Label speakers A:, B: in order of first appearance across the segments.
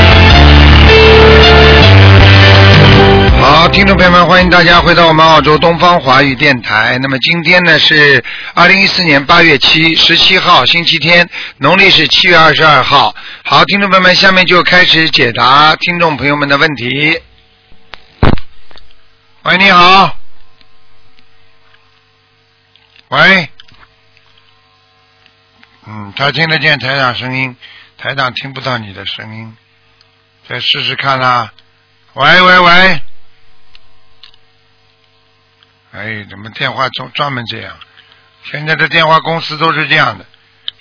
A: 好，听众朋友们，欢迎大家回到我们澳洲东方华语电台。那么今天呢是二零一四年八月七十七号，星期天，农历是七月二十二号。好，听众朋友们，下面就开始解答听众朋友们的问题。喂，你好。喂。嗯，他听得见台长声音，台长听不到你的声音，再试试看啦、啊喂喂喂，哎，怎么电话专专门这样？现在的电话公司都是这样的，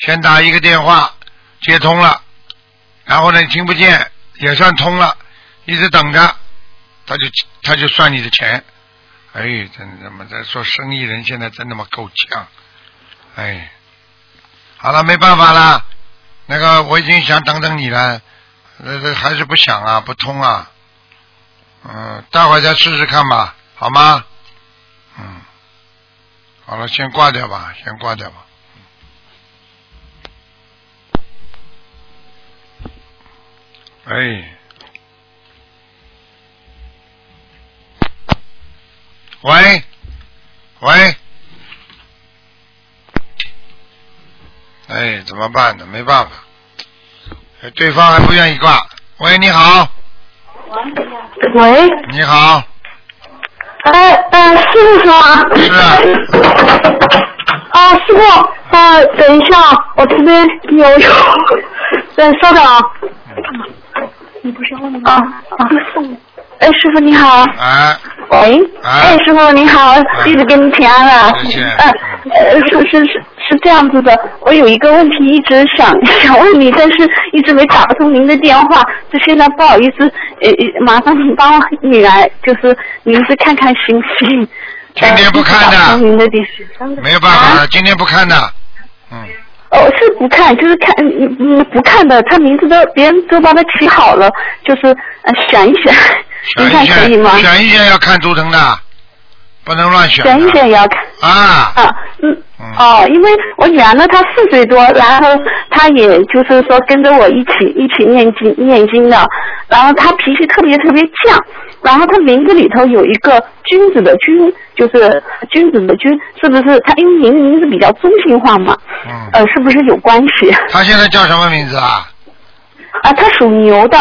A: 先打一个电话接通了，然后呢你听不见也算通了，一直等着，他就他就算你的钱。哎，真他妈在做生意人现在真他妈够呛，哎。好了，没办法啦，那个我已经想等等你了，那这还是不想啊，不通啊，嗯，待会儿再试试看吧，好吗？嗯，好了，先挂掉吧，先挂掉吧。哎，喂，喂，哎，怎么办呢？没办法，哎对方还不愿意挂。喂，你好，
B: 喂，
A: 你好，
B: 哎呃，师傅是吗？
A: 是啊
B: 啊，师傅，呃，等一下，我这边有有，等稍等啊。你不是问吗？啊啊！哎，师傅你好。
A: 哎，
B: 喂。
A: 哎
B: 哎，师傅你好，弟子给你请安了。
A: 再见
B: 嗯，呃，是是是是这样子的，我有一个问题一直想想问你，但是一直没打不通您的电话，就现在不好意思，呃，呃麻烦你帮你来，就是您是看看行不行？
A: 今天不看的
B: 呃一直打通您的电
A: 没有办法
B: 啊
A: 了，今天不看的，嗯，
B: 哦，是不看，就是看，嗯嗯，不看的，他名字都别人都帮他起好了，就是呃选一选，您
A: 选
B: 看
A: 一
B: 可以吗
A: 选，？选一选要看图腾的，不能乱选的。
B: 选一选也要看。
A: 啊，
B: 啊，嗯
A: 嗯，
B: 哦，因为我女儿呢，她四岁多，然后她也就是说跟着我一起一起念经念经的，然后她脾气特别特别犟，然后她名字里头有一个君子的君，就是君子的君，是不是？她因为您名字比较中性化嘛，
A: 嗯，
B: 呃，是不是有关系？
A: 他现在叫什么名字啊？
B: 啊，她属牛的，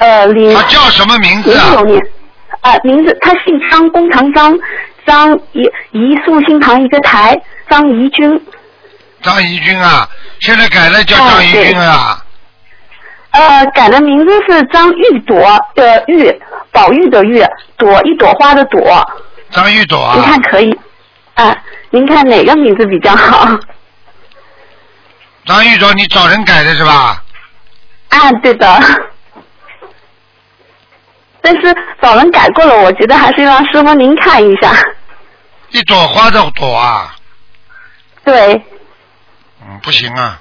B: 呃，零
A: 他叫什么名字
B: 零
A: 啊
B: 九？年，啊，名字她姓张，工长张，张一一竖心旁一个台，张怡君。
A: 张怡君啊，现在改了叫张怡君啊。
B: 呃，改的名字是张玉朵，呃，玉宝玉的玉，朵一朵花的朵，
A: 啊张玉朵
B: 您
A: 啊
B: 看，可以？啊，您看哪个名字比较好？
A: 张玉朵，你找人改的是吧？
B: 啊，对的。但是早人改过了，我觉得还是让师傅您看一下。
A: 一朵花的朵啊，
B: 对，
A: 嗯，不行啊，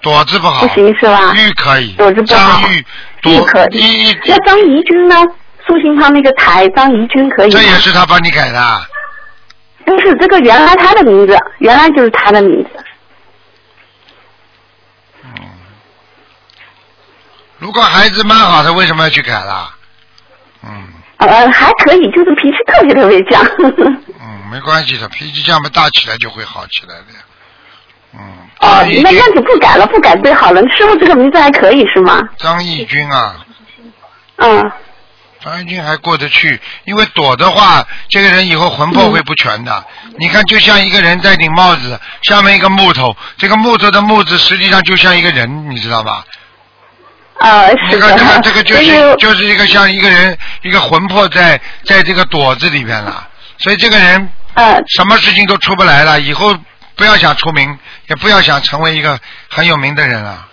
A: 朵字不好
B: 不，行是吧？
A: 玉可以
B: 朵字，不好
A: 张玉
B: 玉
A: 朵
B: 可，
A: 一
B: 以
A: 一。
B: 那张怡君呢？苏心旁那个台，张怡君可以吗
A: 这？也是他帮你改的啊，
B: 不是这个原来他的名字，原来就是他的名字。
A: 哦如果孩子蛮好的，为什么要去改啦？嗯
B: 呃，还可以，就是脾气特别特别 犟。
A: 嗯，没关系的，脾气这样大起来就会好起来的呀。嗯，
B: 哦
A: 张义，
B: 那
A: 军，
B: 那就不改了，不改最好了。师傅这个名字还可以是吗？
A: 张义军啊，
B: 嗯，
A: 张一军还过得去，因为躲的话，这个人以后魂魄会不全的。你看，就像一个人戴顶帽子，下面一个木头，这个木头的木字实际上就像一个人，你知道吧？
B: 呃，
A: 你
B: 是的
A: 看，这个，这个就
B: 但
A: 是
B: 是
A: 就是一个像一个人一个魂魄在在这个躲子里边了，所以这个人
B: 呃，
A: 什么事情都出不来了，以后不要想出名，也不要想成为一个很有名的人了。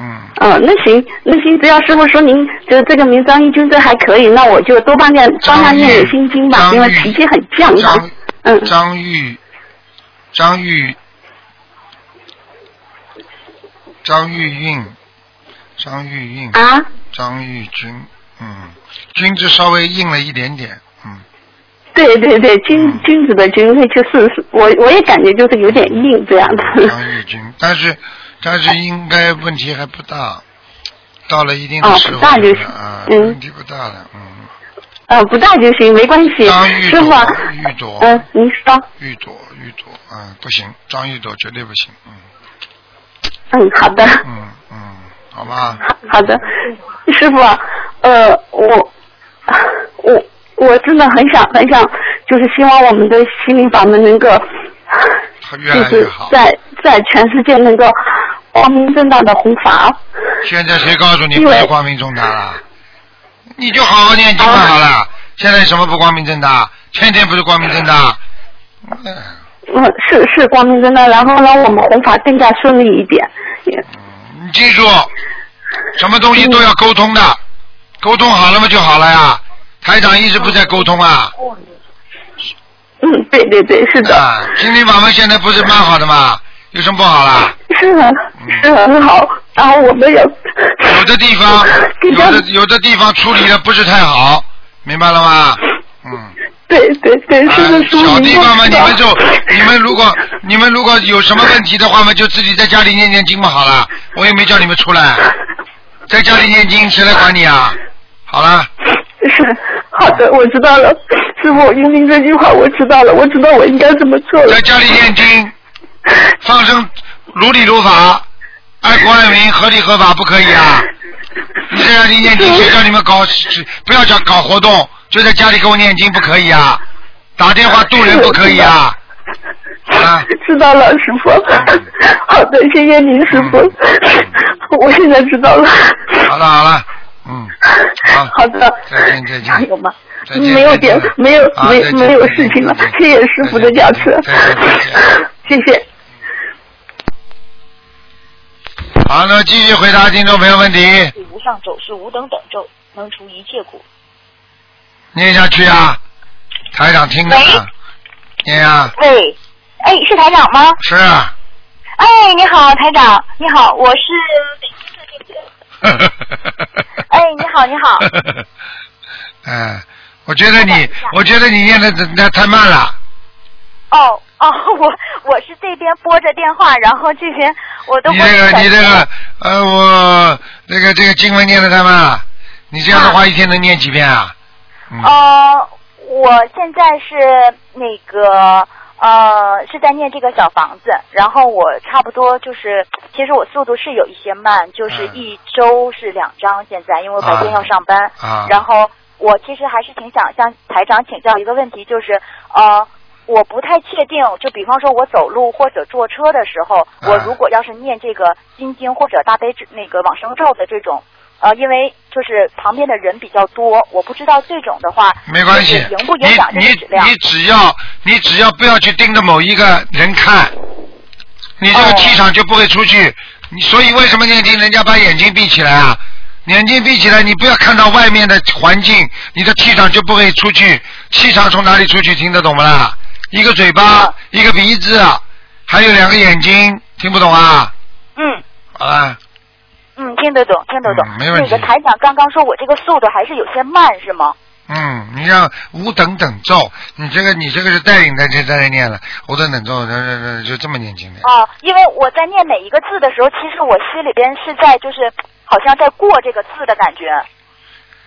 A: 嗯，
B: 呃，那行，那行，只要师傅说您就是这个名张一军这还可以，那我就多帮点帮他
A: 张玉
B: 念点心经吧，
A: 张
B: 因为
A: 玉
B: 脾气很犟
A: 张
B: 的。嗯，
A: 张玉，张玉，张玉运，张玉硬，
B: 啊，
A: 张玉君，嗯，君字稍微硬了一点点，嗯，
B: 对对对，君君子的君，就是我我也感觉就是有点硬这样子。
A: 张玉君， 但是但是应该问题还不大，到了一定
B: 哦
A: 的
B: 不
A: 时候
B: 大就是
A: 啊，
B: 嗯
A: 问题不大了，嗯，
B: 呃，不大就行，没关系。
A: 张玉
B: 师傅啊
A: 朵，，玉朵，
B: 嗯，您说。
A: 玉朵，玉朵，啊，不行，张玉朵绝对不行，嗯
B: 嗯，好的，
A: 嗯嗯，好吧，
B: 好的，师傅啊，呃，我我我真的很想很想，就是希望我们的心灵法门能够，
A: 他越
B: 就
A: 来越
B: 是
A: 好。
B: 在在全世界能够光明正大的弘法。
A: 现在谁告诉你
B: 因
A: 不
B: 为
A: 是光明正大了？你就好好念经就好了。
B: 哦
A: 现在什么不光明正大？天天不是光明正大？ 嗯
B: 嗯，是是光明正大，然后让我们弘法更加顺利一点。也
A: 你记住，什么东西都要沟通的，沟通好了嘛就好了呀。台长一直不在沟通啊，
B: 嗯，对对对，是的，
A: 啊，心灵法门现在不是蛮好的嘛？有什么不好啦？
B: 是很是很好。然后我们也
A: 有嗯的地方，
B: 更加
A: 有的有的地方处理的不是太好，明白了吗？嗯。
B: 对对对，
A: 啊
B: 是的，师
A: 小
B: 傅您
A: 地
B: 都
A: 方嘛，
B: 知
A: 你
B: 道
A: 们就你们如果你们如果有什么问题的话嘛，就自己在家里念念经嘛，好了，我也没叫你们出来，在家里念经，谁来管你啊？好了，
B: 是，好的，我知道了。师傅，因为这句话我知道了，我知道我应该怎么做了
A: 在。家里念经，放生，如理如法，爱国爱民，合理合法，不可以啊！你在家里念经，谁叫你们搞？不要讲搞活动，就在家里给我念经，不可以啊！打电话渡人不可以啊！好了。
B: 知道了，师傅。
A: 嗯
B: 好的，谢谢您，师傅。 我现在知道 了。
A: 好了好了，嗯，好，
B: 好的，
A: 再见再见
B: 还有吗？
A: 再见
B: 没有
A: 再见
B: 点， 没有
A: 啊
B: 没
A: 再见
B: 没有
A: 再见
B: 事情了
A: 再见，
B: 谢谢师傅的加持
A: 再见再见
B: 谢谢。
A: 好，那继续回答听众朋友问题，
C: 是无上咒，是无等等咒，能除一切苦。
A: 念下去啊，台长听着呢，念啊，
C: 喂，哎，是台长吗？
A: 是啊，
C: 哎，你好，台长，你好，我是北京的这个。
A: 哎
C: 哎你好你好，
A: 嗯，我觉得
C: 等一
A: 你
C: 下，
A: 我觉得你念的那太慢了，
C: 哦哦， 我我是这边拨着电话，然后这边我都
A: 你
C: 拨
A: 这
C: 不
A: 个
C: 转
A: 你这个呃我这个这个经文念的太慢了，你这样
C: 啊
A: 的话一天能念几遍啊？嗯，
C: 呃，我现在是那个呃是在念这个小房子，然后我差不多就是，其实我速度是有一些慢，就是
A: 嗯
C: 一周是两张，现在因为白天
A: 啊
C: 要上班，
A: 啊
C: 然后我其实还是挺想向台长请教一个问题，就是呃。我不太确定，就比方说我走路或者坐车的时候，我
A: 啊
C: 如果要是念这个心经或者大悲咒那个往生咒的这种，呃，因为就是旁边的人比较多，我不知道这种的话，
A: 没关系
C: 就是，影不影响这
A: 你
C: 个
A: 你
C: 质量
A: 你？只要你只要不要去盯着某一个人看，你这个
C: 哦
A: 气场就不会出去。你所以为什么念经人家把眼睛闭起来啊？眼睛闭起来，你不要看到外面的环境，你的气场就不会出去。气场从哪里出去？听得懂不啦？一个嘴巴
C: 嗯，
A: 一个鼻子，还有两个眼睛，听不懂啊？
C: 嗯
A: 好啦，
C: 嗯，听得懂，听得懂。
A: 嗯没问题
C: 那个台长刚刚说我这个速度还是有些慢，是吗？
A: 嗯，你像五等等咒，你这个你这个是带领在这在这念了，五等等咒，这这这就这么念经的。
C: 啊、因为我在念每一个字的时候，其实我心里边是在就是好像在过这个字的感觉，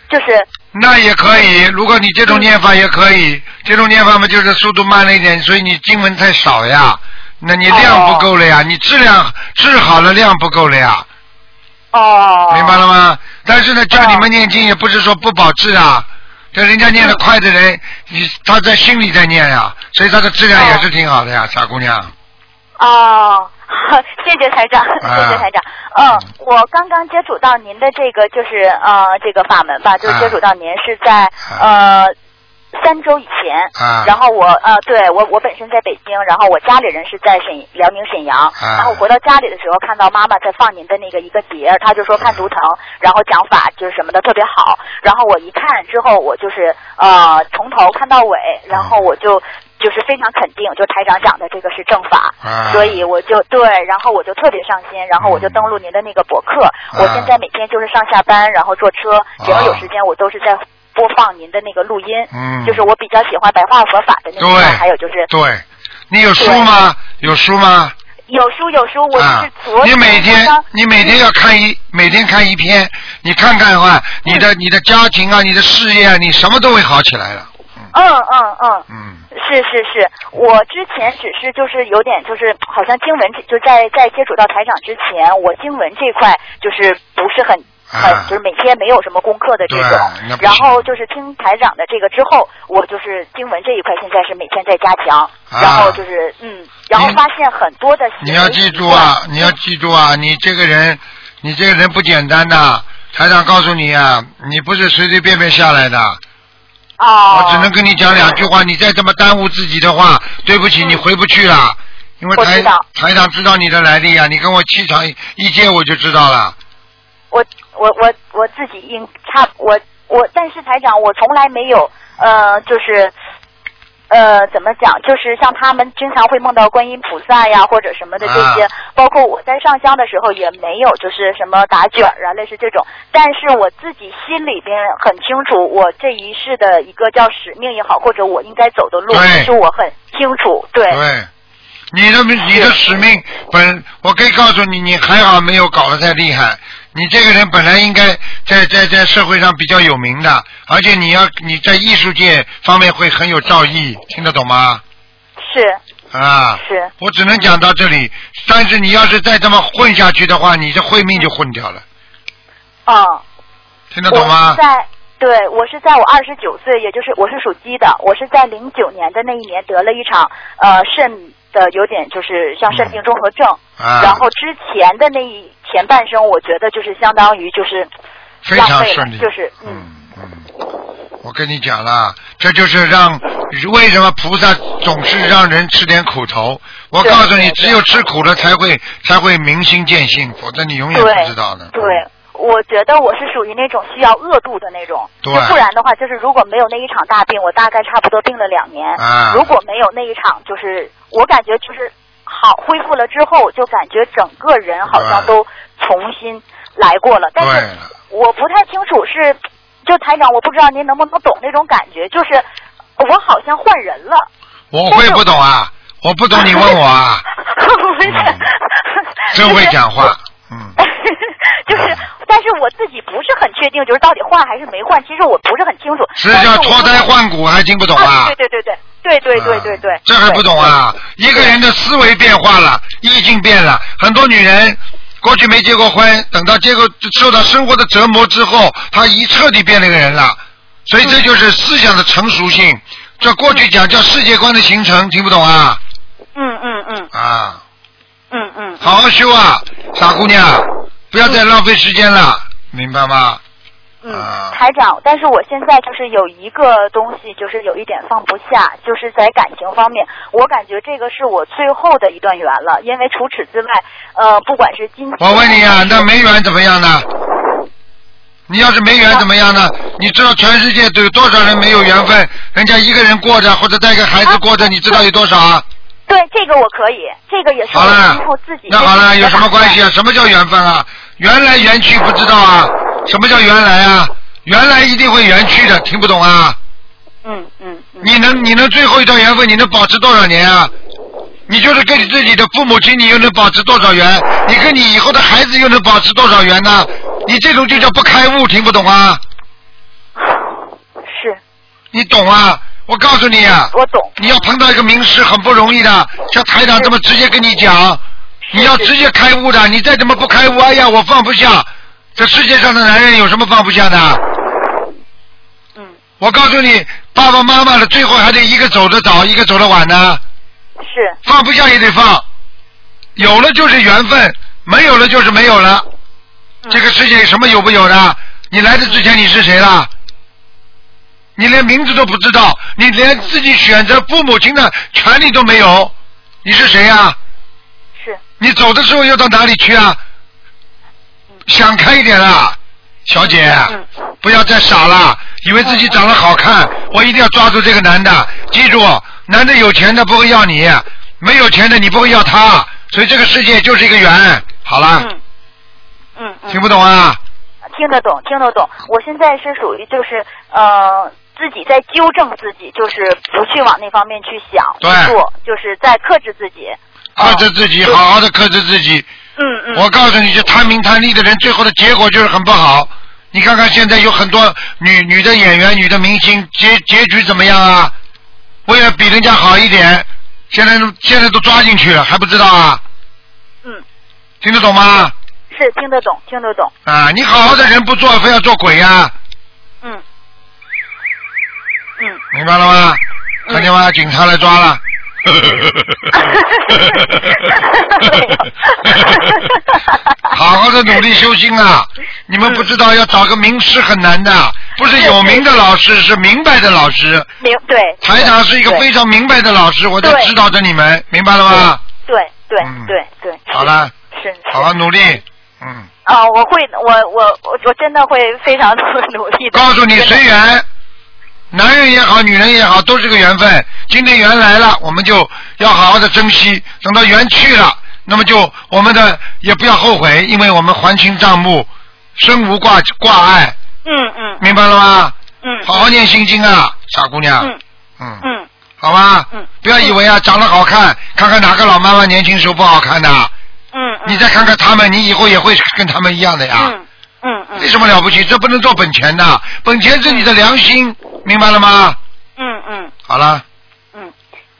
C: 就是
A: 那也可以，如果你这种念法也可以，这种念法嘛就是速度慢了一点，所以你经文太少呀，那你量不够了呀，你质量治好了量不够了呀，
C: 哦，
A: 明白了吗？但是呢，叫你们念经也不是说不保质啊，这人家念得快的人，你他在心里在念呀，所以他的质量也是挺好的呀，傻姑娘，
C: 哦，谢谢台
A: 啊
C: 长，谢谢台长。嗯，我刚刚接触到您的这个就是呃这个法门吧，就是接触到您是在
A: 啊
C: 呃三周以前，
A: 啊
C: 然后我呃，对我我本身在北京，然后我家里人是在沈辽宁沈阳，然后我回到家里的时候看到妈妈在放您的那个一个碟儿，她就说看图腾，然后讲法就是什么的特别好，然后我一看之后我就是呃从头看到尾，然后我就。就是非常肯定，就台长讲的这个是正法，
A: 啊嗯
C: 所以我就对，然后我就特别上心，然后我就登录您的那个博客，
A: 啊
C: 我现在每天就是上下班，然后坐车，只要有时间我都是在播放您的那个录音，
A: 嗯
C: 就是我比较喜欢白话佛法的那种，
A: 对
C: 还有 就是
A: 对，你有书吗？有书吗？
C: 有书有书，我就
A: 啊
C: 是昨、，
A: 你每天
C: 刚
A: 你每天要看一每天看一篇，你看看啊，
C: 嗯
A: 你的你的家庭啊，你的事业啊，你什么都会好起来了。
C: 嗯嗯嗯，
A: 嗯，
C: 是是是，我之前只是就是有点就是好像经文就在在接触到台长之前，我经文这块就是不是很。很
A: 啊
C: 就是每天没有什么功课的这种
A: 对啊那，不
C: 然
A: 行
C: 后就是听台长的这个之后，我就是经文这一块现在是每天在加强，然后就是嗯，然后
A: 你
C: 发现很多的
A: 啊你要记住啊，你要记住啊，你这个人，你这个人不简单呐、台长告诉你啊，你不是随随便便下来的。
C: 哦，
A: 我只能跟你讲两句话，你再这么耽误自己的话，对不起，你回不去了。因为
C: 嗯我
A: 台
C: 知道
A: 台长知道你的来历啊，你跟我气场一一接我就知道了。
C: 我我我我自己应差我我，但是台长，我从来没有呃，就是呃，怎么讲，就是像他们经常会梦到观音菩萨呀，或者什么的这些，
A: 啊
C: 包括我在上香的时候也没有，就是什么打卷儿啊，类似这种。但是我自己心里边很清楚，我这一世的一个叫使命也好，或者我应该走的路，
A: 对
C: 其实我很清楚，对，
A: 对，你的你的使命本，我可以告诉你，你还好没有搞得太厉害。你这个人本来应该在在在社会上比较有名的，而且你要你在艺术界方面会很有造诣，听得懂吗？
C: 是
A: 啊，
C: 是，
A: 我只能讲到这里。但是你要是再这么混下去的话，你这慧命就混掉了，
C: 嗯。
A: 听得懂吗
C: 我是？在对，我是在我二十九岁，也就是我是属鸡的，我是在零九年的那一年得了一场呃肾的有点就是像肾病综合症，
A: 啊，
C: 然后之前的那一前半生，我觉得就是相当于就是
A: 非
C: 浪
A: 常
C: 费了
A: 顺利，
C: 就是嗯
A: 嗯嗯，我跟你讲了，这就是让为什么菩萨总是让人吃点苦头。我
C: 对
A: 告诉你，
C: 对对
A: 只有吃苦了才会才会明心见性，否嗯则你永远
C: 对
A: 不知道的。
C: 对。我觉得我是属于那种需要恶度的那种，
A: 对
C: 就不然的话，就是如果没有那一场大病，我大概差不多病了两年。
A: 啊
C: 如果没有那一场，就是我感觉就是好恢复了之后，就感觉整个人好像
A: 对
C: 都重新来过了。但
A: 对
C: 是
A: 了，
C: 我不太清楚是，就台长，我不知道您能不能懂那种感觉，就是我好像换人了。
A: 我会不懂啊，我不懂你问我啊，
C: 不是，
A: 真会
C: 就是
A: 讲话。嗯，
C: 就是，但是我自己不是很确定，就是到底换还是没换，其实我不是很清楚。
A: 这叫脱胎换骨，还听不懂
C: 但是我
A: 啊？
C: 对对对对对对对对对
A: 啊，这还不懂啊？一个人的思维变化了，意境变了，很多女人。过去没结过婚，等到结过受到生活的折磨之后，她一彻底变了个人了，所以这就是思想的成熟性。这过去讲叫世界观的形成，听不懂啊？
C: 对？嗯嗯嗯
A: 啊，
C: 嗯嗯，
A: 好好修啊，傻姑娘，不要再浪费时间了，明白吗？
C: 嗯
A: 啊，
C: 台长，但是我现在就是有一个东西，就是有一点放不下，就是在感情方面，我感觉这个是我最后的一段缘了，因为除此之外，呃，不管是金钱，
A: 我问你啊，那梅园怎么样呢？你要是没缘怎么样呢？你知道全世界都有多少人没有缘分？人家一个人过着，或者带个孩子过着，你知道有多少啊？
C: 对这个我可以，这个也是
A: 好
C: 我
A: 了
C: 今后自己，
A: 那好了，有什么关系啊？什么叫缘分啊？缘来缘去不知道啊？什么叫缘来啊？缘来一定会缘去的，听不懂啊？
C: 嗯嗯嗯，
A: 你能你能最后一段缘分，你能保持多少年啊？你就是跟你自己的父母亲，你又能保持多少缘？你跟你以后的孩子又能保持多少缘呢？你这种就叫不开悟，听不懂啊？
C: 是
A: 你懂啊？我告诉你啊，
C: 我懂，
A: 你要碰到一个名师很不容易的，像台长这么直接跟你讲，你要直接开悟的，你再怎么不开悟，哎呀，我放不下。这世界上的男人有什么放不下的？
C: 嗯
A: 我告诉你，爸爸妈妈的最后还得一个走得早，一个走得晚呢，
C: 是。
A: 放不下也得放。有了就是缘分，没有了就是没有了。这个世界什么有不有的？你来的之前你是谁啦？你连名字都不知道，你连自己选择父母亲的权利都没有，你是谁呀、
C: 是
A: 你走的时候要到哪里去啊？想开一点啦，小姐，
C: 嗯
A: 不要再傻了，以为自己长得好看，我一定要抓住这个男的。记住，男的有钱的不会要你，没有钱的你不会要他，所以这个世界就是一个缘。好了，
C: 嗯嗯嗯，
A: 听不懂啊？
C: 听得懂，听得懂。我现在是属于就是呃自己在纠正自己，就是不去往那方面去想
A: 对
C: 去做，就是在克制自己。
A: 克制自己，好好的克制自己。
C: 嗯嗯。
A: 我告诉你，这贪名贪利的人，最后的结果就是很不好。你看看现在有很多女女的演员、女的明星，结结局怎么样啊？为了比人家好一点，现在都现在都抓进去了，还不知道啊？
C: 嗯，
A: 听得懂吗？
C: 是听得懂，听得懂。
A: 啊，你好好的人不做，非要做鬼呀、
C: 嗯嗯，
A: 明白了吗？看见吗？警察来抓 了。好好的努力修心啊！你们不知道要找个名师很难的，不是有名的老师，是明白的老师。
C: 明对。
A: 台长是一个
C: 对
A: 非常明白的老师，我在
C: 对
A: 指导着你们，明白了吗？
C: 对对
A: 嗯
C: 对对，
A: 好了，
C: 是是
A: 好好努力。嗯，
C: 啊，我会，我我我我真的会非常的 努力的。
A: 告诉你
C: 真的
A: 随缘，男人也好，女人也好，都是个缘分。今天缘来了，我们就要好好的珍惜；等到缘去了，那么就我们的也不要后悔，因为我们还清账目，身无挂挂碍，
C: 嗯嗯
A: 明白了吗？
C: 嗯
A: 好好念心经啊，傻姑娘。
C: 嗯
A: 嗯
C: 嗯
A: 好吧。
C: 嗯
A: 不要以为啊，长得好看，看看哪个老妈妈年轻时候不好看的，
C: 嗯嗯，
A: 你再看看他们，你以后也会跟他们一样的呀。
C: 嗯嗯嗯
A: 没什么了不起，这不能做本钱的，本钱是你的良心，明白了吗？
C: 嗯嗯
A: 好了，
C: 嗯。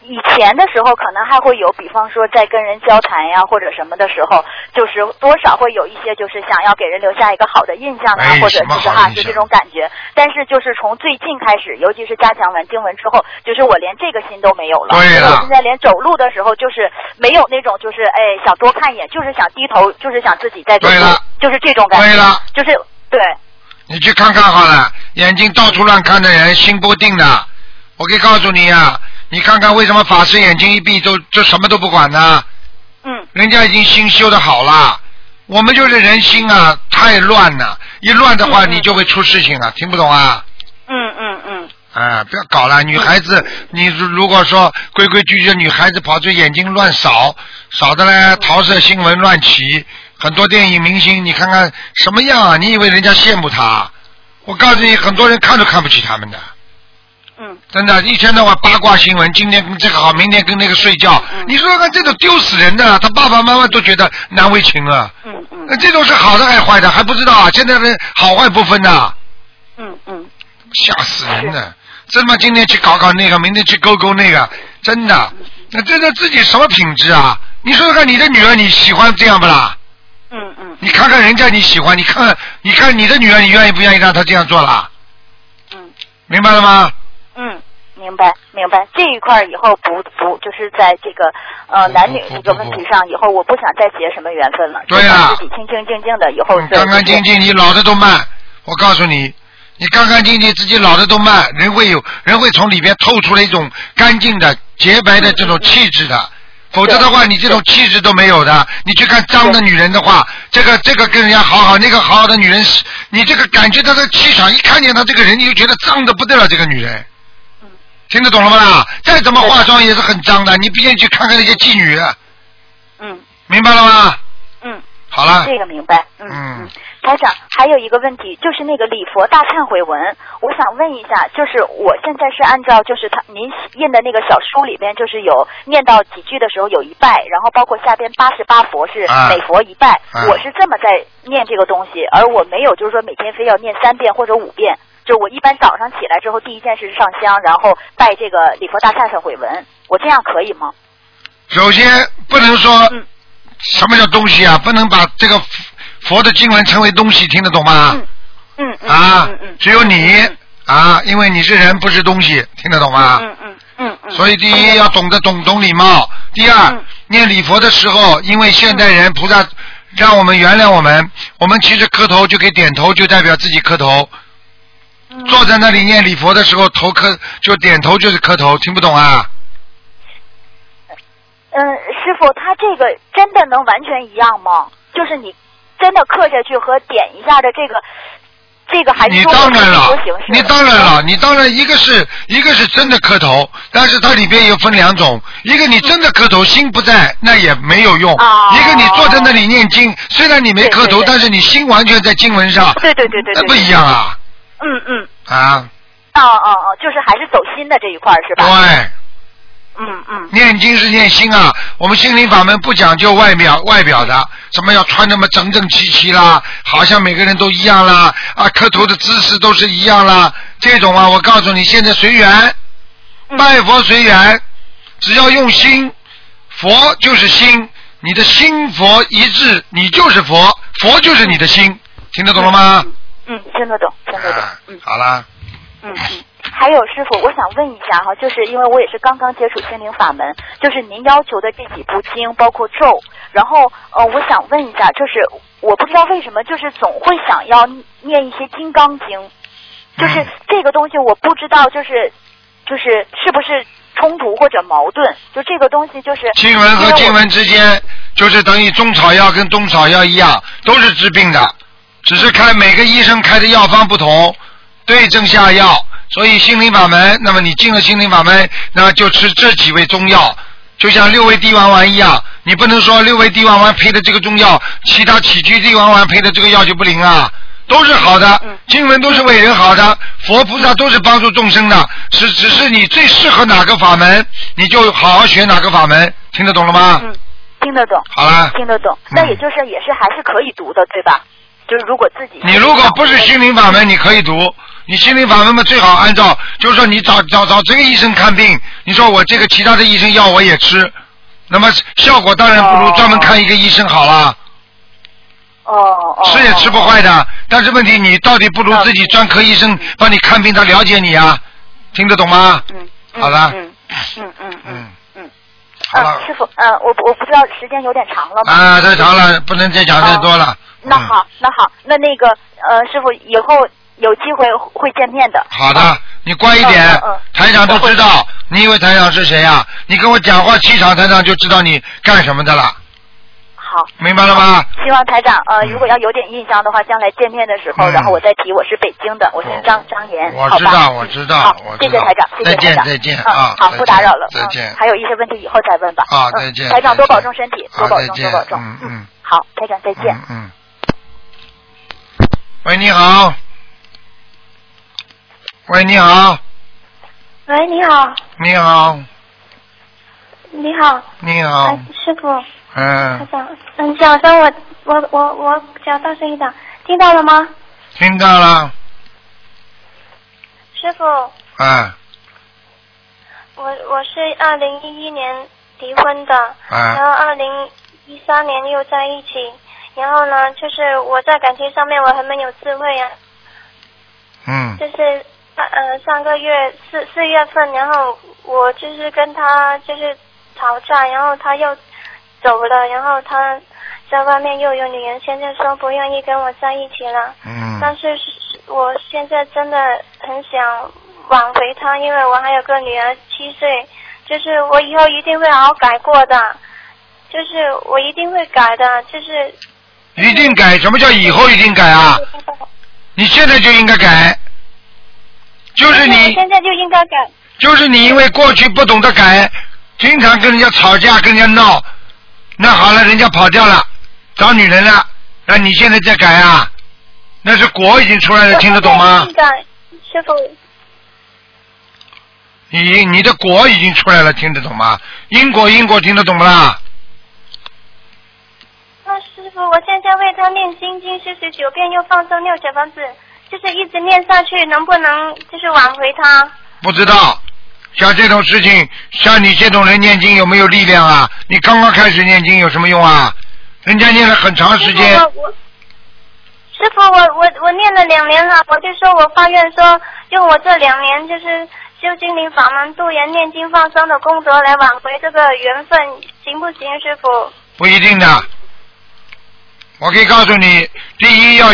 C: 以前的时候，可能还会有，比方说在跟人交谈呀，或者什么的时候，就是多少会有一些，就是想要给人留下一个好的印象啊，
A: 哎
C: 或者
A: 什么
C: 就是
A: 好
C: 哈，
A: 印
C: 就这
A: 象
C: 种感觉。但是就是从最近开始，尤其是加强完经文之后，就是我连这个心都没有了。
A: 对
C: 就是
A: 了
C: 我现在连走路的时候，就是没有那种，就是哎想多看一眼，就是想低头，就是想自己在走
A: 对
C: 路
A: 了，
C: 就是这种感
A: 对
C: 觉，
A: 了，
C: 就是对，
A: 你去看看好了，眼睛到处乱看的人，心不定的。我可以告诉你呀、你看看为什么法师眼睛一闭就就什么都不管呢？
C: 嗯
A: 人家已经心修的好了，我们就是人心啊太乱了，一乱的话
C: 嗯嗯
A: 你就会出事情了，听不懂啊？
C: 嗯嗯嗯，
A: 啊，不要搞了，女孩子，你如如果说规规矩矩的女孩子跑出去眼睛乱扫，扫的嘞桃色新闻乱起，很多电影明星你看看什么样啊？你以为人家羡慕她？我告诉你，很多人看都看不起他们的。
C: 嗯。嗯
A: 真的，一天到晚八卦新闻，今天跟这个好，明天跟那个睡觉，你说看这种丢死人的，他爸爸妈妈都觉得难为情了。
C: 嗯嗯
A: 那这种是好的还是坏的还不知道啊？现在人好坏不分的、啊
C: 嗯嗯，
A: 吓死人了！这么今天去搞搞那个，明天去勾勾那个，真的，那真的自己什么品质啊？你说说看，你的女儿你喜欢这样不啦？
C: 嗯嗯
A: 你看看人家你喜欢，你看你看你的女儿，你愿意不愿意让她这样做啦？
C: 嗯
A: 明白了吗？
C: 嗯，明白明白。这一块儿以后不不，就是在这个呃
A: 不
C: 男女
A: 不
C: 这个
A: 不
C: 问
A: 不
C: 题上，以后我不想再结什么缘分了，就
A: 对
C: 想
A: 了
C: 自己清清静静的，以后
A: 嗯
C: 对
A: 干干
C: 就是
A: 净净，你老的都慢。我告诉你，你干干净净，自己老的都慢，人会有人会从里边透出来一种干净的、洁白的这种气质的。否则的话，你这种气质都没有的。你去看脏的女人的话，这个这个跟人家好好，那个好好的女人是，你这个感觉她的气场，一看见她这个人，你就觉得脏的不得了。这个女人
C: 嗯，
A: 听得懂了吗？啦？再怎么化妆也是很脏的。你毕竟去看看那些妓女，
C: 嗯
A: 明白了吗？
C: 嗯，
A: 好了，
C: 这个明白。嗯
A: 嗯
C: 嗯，台长，还有一个问题，就是那个礼佛大忏悔文，我想问一下，就是我现在是按照就是他您印的那个小书里边，就是有念到几句的时候有一拜，然后包括下边八十八佛是
A: 啊
C: 每佛一拜，
A: 啊
C: 我是这么在念这个东西，而我没有就是说每天非要念三遍或者五遍。就我一般早上起来之后，第一件事是上香，然后拜这个礼佛大忏悔文，我这样可以吗？
A: 首先不能说
C: 嗯
A: 什么叫东西啊，不能把这个佛佛的经文称为东西，听得懂吗？
C: 嗯嗯嗯
A: 啊
C: 嗯嗯，
A: 只有你
C: 嗯
A: 啊，因为你是人，不是东西，听得懂吗？
C: 嗯嗯嗯嗯，
A: 所以第一要懂得懂懂礼貌，第二
C: 嗯
A: 念礼佛的时候，因为现代人菩萨让我们原谅我们，我们其实磕头就给点头，就代表自己磕头。
C: 嗯
A: 坐在那里念礼佛的时候，头磕就点头就是磕头，听不懂啊？
C: 嗯，师傅，他这个真的能完全一样吗？就是你真的刻下去和点一下的这个，这个还是
A: 你
C: 说
A: 当
C: 的
A: 然
C: 是
A: 了
C: 说形，式
A: 你
C: 的
A: 当然了，你当然一个是一个是真的磕头，但是它里边又分两种，一个你真的磕头心不在，那也没有用；
C: 哦
A: 一个你坐在那里念经，虽然你没磕头，
C: 对对对
A: 但是你心完全在经文上，
C: 对对对对对，
A: 那不一样啊
C: 对。嗯嗯，
A: 啊！
C: 哦哦哦，就是还是走心的这一块儿是吧？
A: 对，
C: 嗯嗯，
A: 念经是念心啊，我们心灵法门不讲究外表外表的，什么要穿那么整整齐齐啦，好像每个人都一样啦，啊，磕头的姿势都是一样啦，这种啊，我告诉你，现在随缘，
C: 嗯
A: 拜佛随缘，只要用心，佛就是心，你的心佛一致，你就是佛，佛就是你的心，听得懂了吗？
C: 嗯，听得懂，听得懂
A: 啊，
C: 嗯，
A: 好啦，
C: 嗯嗯。还有师傅，我想问一下哈，就是因为我也是刚刚接触心灵法门，就是您要求的这几部经，包括咒，然后呃，我想问一下，就是我不知道为什么，就是总会想要念一些金刚经，就是
A: 嗯
C: 这个东西我不知道，就是就是是不是冲突或者矛盾，就这个东西就是
A: 经文
C: 因
A: 和
C: 为我
A: 经文之间，就是等于中草药跟冬草药一样，都是治病的，只是开每个医生开的药方不同，对症下药。所以心灵法门，那么你进了心灵法门，那就吃这几味中药，就像六味地黄丸一样，你不能说六味地黄丸配的这个中药，其他杞菊地黄丸配的这个药就不灵啊。都是好的
C: 嗯，
A: 经文都是为人好的，佛菩萨都是帮助众生的，只只是你最适合哪个法门，你就好好学哪个法门，听得懂了吗？
C: 嗯，听得懂，
A: 好啦，
C: 听得懂，
A: 啊嗯
C: 那也就是也是还是可以读的，对吧？就是如果自己
A: 你如果不是心灵法门，你可以读。你心灵法门嘛，最好按照，就是说你找找找这个医生看病，你说我这个其他的医生药我也吃，那么效果当然不如
C: 哦
A: 专门看一个医生好啦，
C: 哦哦，
A: 吃也吃不坏的。但是问题你到底不如自己专科医生帮你看病，他了解你啊，听得懂吗？
C: 嗯，嗯
A: 好了
C: 嗯嗯嗯嗯
A: 嗯，
C: 嗯，
A: 好了
C: 嗯，师傅，嗯，我不我不知道时间有点长了吗？
A: 啊，太长了，不能再讲太多了。
C: 哦那
A: 嗯
C: 好，那好，那那个呃，师傅以后有机会会见面的。
A: 好的，你乖一点
C: 嗯嗯嗯，
A: 台长都知道。你以为台长是谁呀、你跟我讲话气场，台长就知道你干什么的了，
C: 好，
A: 明白了吗？
C: 希望台长呃，
A: 嗯
C: 如果要有点印象的话，将来见面的时候，
A: 嗯
C: 然后我再提我是北京的，我是张张岩，
A: 我
C: 好
A: 知
C: 吧
A: 道，我知道
C: 好，
A: 我，
C: 谢
A: 知
C: 谢
A: 道
C: 台长，。谢
A: 再
C: 谢台
A: 见，
C: 长。
A: 再见
C: 嗯
A: 啊！，
C: 好，
A: 再见
C: 不打扰了。
A: 再
C: 嗯
A: 见。
C: 还有一些问题以后再问吧。
A: 啊
C: 嗯，
A: 再见。
C: 台长
A: 再
C: 多
A: 见
C: 保重身体，多
A: 啊
C: 保
A: 再
C: 重，
A: 见
C: 多保重。
A: 嗯嗯。
C: 好，台长再见。
A: 嗯嗯。喂，你好。喂，你好，
D: 喂，你好，
A: 你好，
D: 你好，
A: 你好
D: 哎，，师傅，台
A: 啊嗯，
D: 长，嗯，小声，我我我我脚大声一点，听到了吗？
A: 听到了，
D: 师傅，
A: 哎
D: 我我是二零一一年离婚的，
A: 哎
D: 然后二零一三年又在一起，然后呢，就是我在感情上面我还没有智慧啊，
A: 嗯
D: 就是呃呃上个月四四月份，然后我就是跟他就是吵架，然后他又走了，然后他在外面又有女人，现在说不愿意跟我在一起了。但
A: 嗯，
D: 是我现在真的很想挽回他，因为我还有个女儿七岁，就是我以后一定会好好改过的，就是我一定会改的，就是
A: 一定改。什么叫以后一定改啊？你现在就应该改，就是
D: 我
A: 哎你，
D: 现在就应该改。
A: 就是你，因为过去不懂得改，经常跟人家吵架，跟人家闹，那好了，人家跑掉了，找女人了，那你现在再改啊？那是果已经出来了，哎听得懂
D: 我
A: 吗
D: 现？在改，师傅，
A: 你你的果已经出来了，听得懂吗？因果因果听得懂不啦？
D: 那哦师傅，我现在为他念心经四十九遍，又放生六小房子，就是一直念下去，能不能就是挽回他？
A: 不知道，像这种事情，像你这种人念经有没有力量啊？你刚刚开始念经有什么用啊？人家念了很长时间，
D: 师傅我我师傅，我我我念了两年了，我就说我发愿说，用我这两年就是修心灵法门、度人念经、放生的功德来挽回这个缘分，行不行，师傅？
A: 不一定的。我可以告诉你，第一要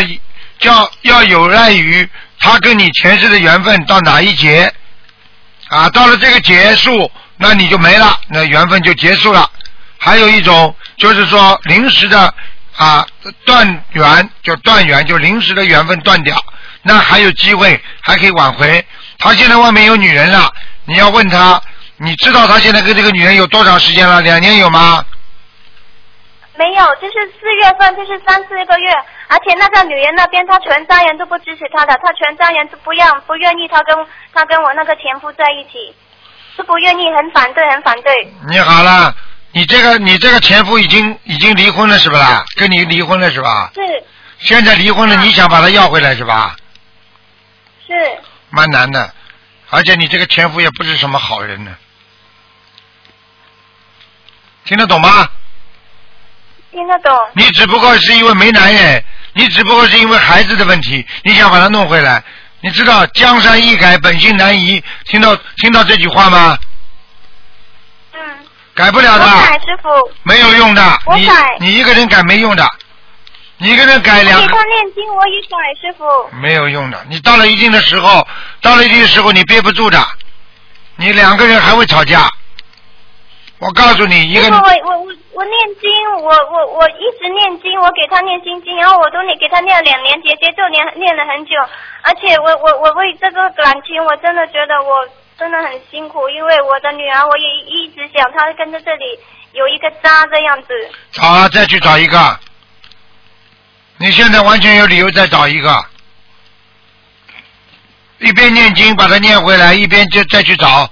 A: 要要有赖于他跟你前世的缘分到哪一劫啊？到了这个结束，那你就没了，那缘分就结束了。还有一种就是说临时的啊断缘，就断缘，就临时的缘分断掉，那还有机会，还可以挽回。他现在外面有女人了，你要问他，你知道他现在跟这个女人有多长时间了？两年有吗？
D: 没有，就是四月份，就是三四个月，而且那个女人那边，她全家人都不支持她的，她全家人都不让，不愿意她跟她跟我那个前夫在一起，是不愿意，很反对，很反对。
A: 你好了，你这个你这个前夫已经已经离婚了是吧？啦？跟你离婚了是吧？
D: 是
A: 现在离
D: 嗯
A: 婚了，你想把他要回来是吧？
D: 是，
A: 蛮难的，而且你这个前夫也不是什么好人呢。听得懂吗？
D: 听得懂。
A: 你只不过是因为没男人，你只不过是因为孩子的问题，你想把他弄回来。你知道江山易改，本性难移，听到听到这句话吗？
D: 嗯，
A: 改不
D: 我
A: 了的。
D: 改师傅，
A: 没有用的，
D: 我
A: 你
D: 改
A: 你一个人改没用的，你一个人改
D: 我
A: 两
D: 给他念经，我也改师傅。
A: 没有用的。你到了一定的时候，到了一定的时候你憋不住的，你两个人还会吵架。我告诉你，一
D: 师
A: 个
D: 傅，我我我我念经，我我我一直念经，我给他念心经，然后我都念给他念了两年，姐姐就念念了很久，而且我我我为这个感情，我真的觉得我真的很辛苦，因为我的女儿，我也一直想她跟着这里有一个家这样子。
A: 找啊，再去找一个。你现在完全有理由再找一个，一边念经把它念回来，一边就再去找，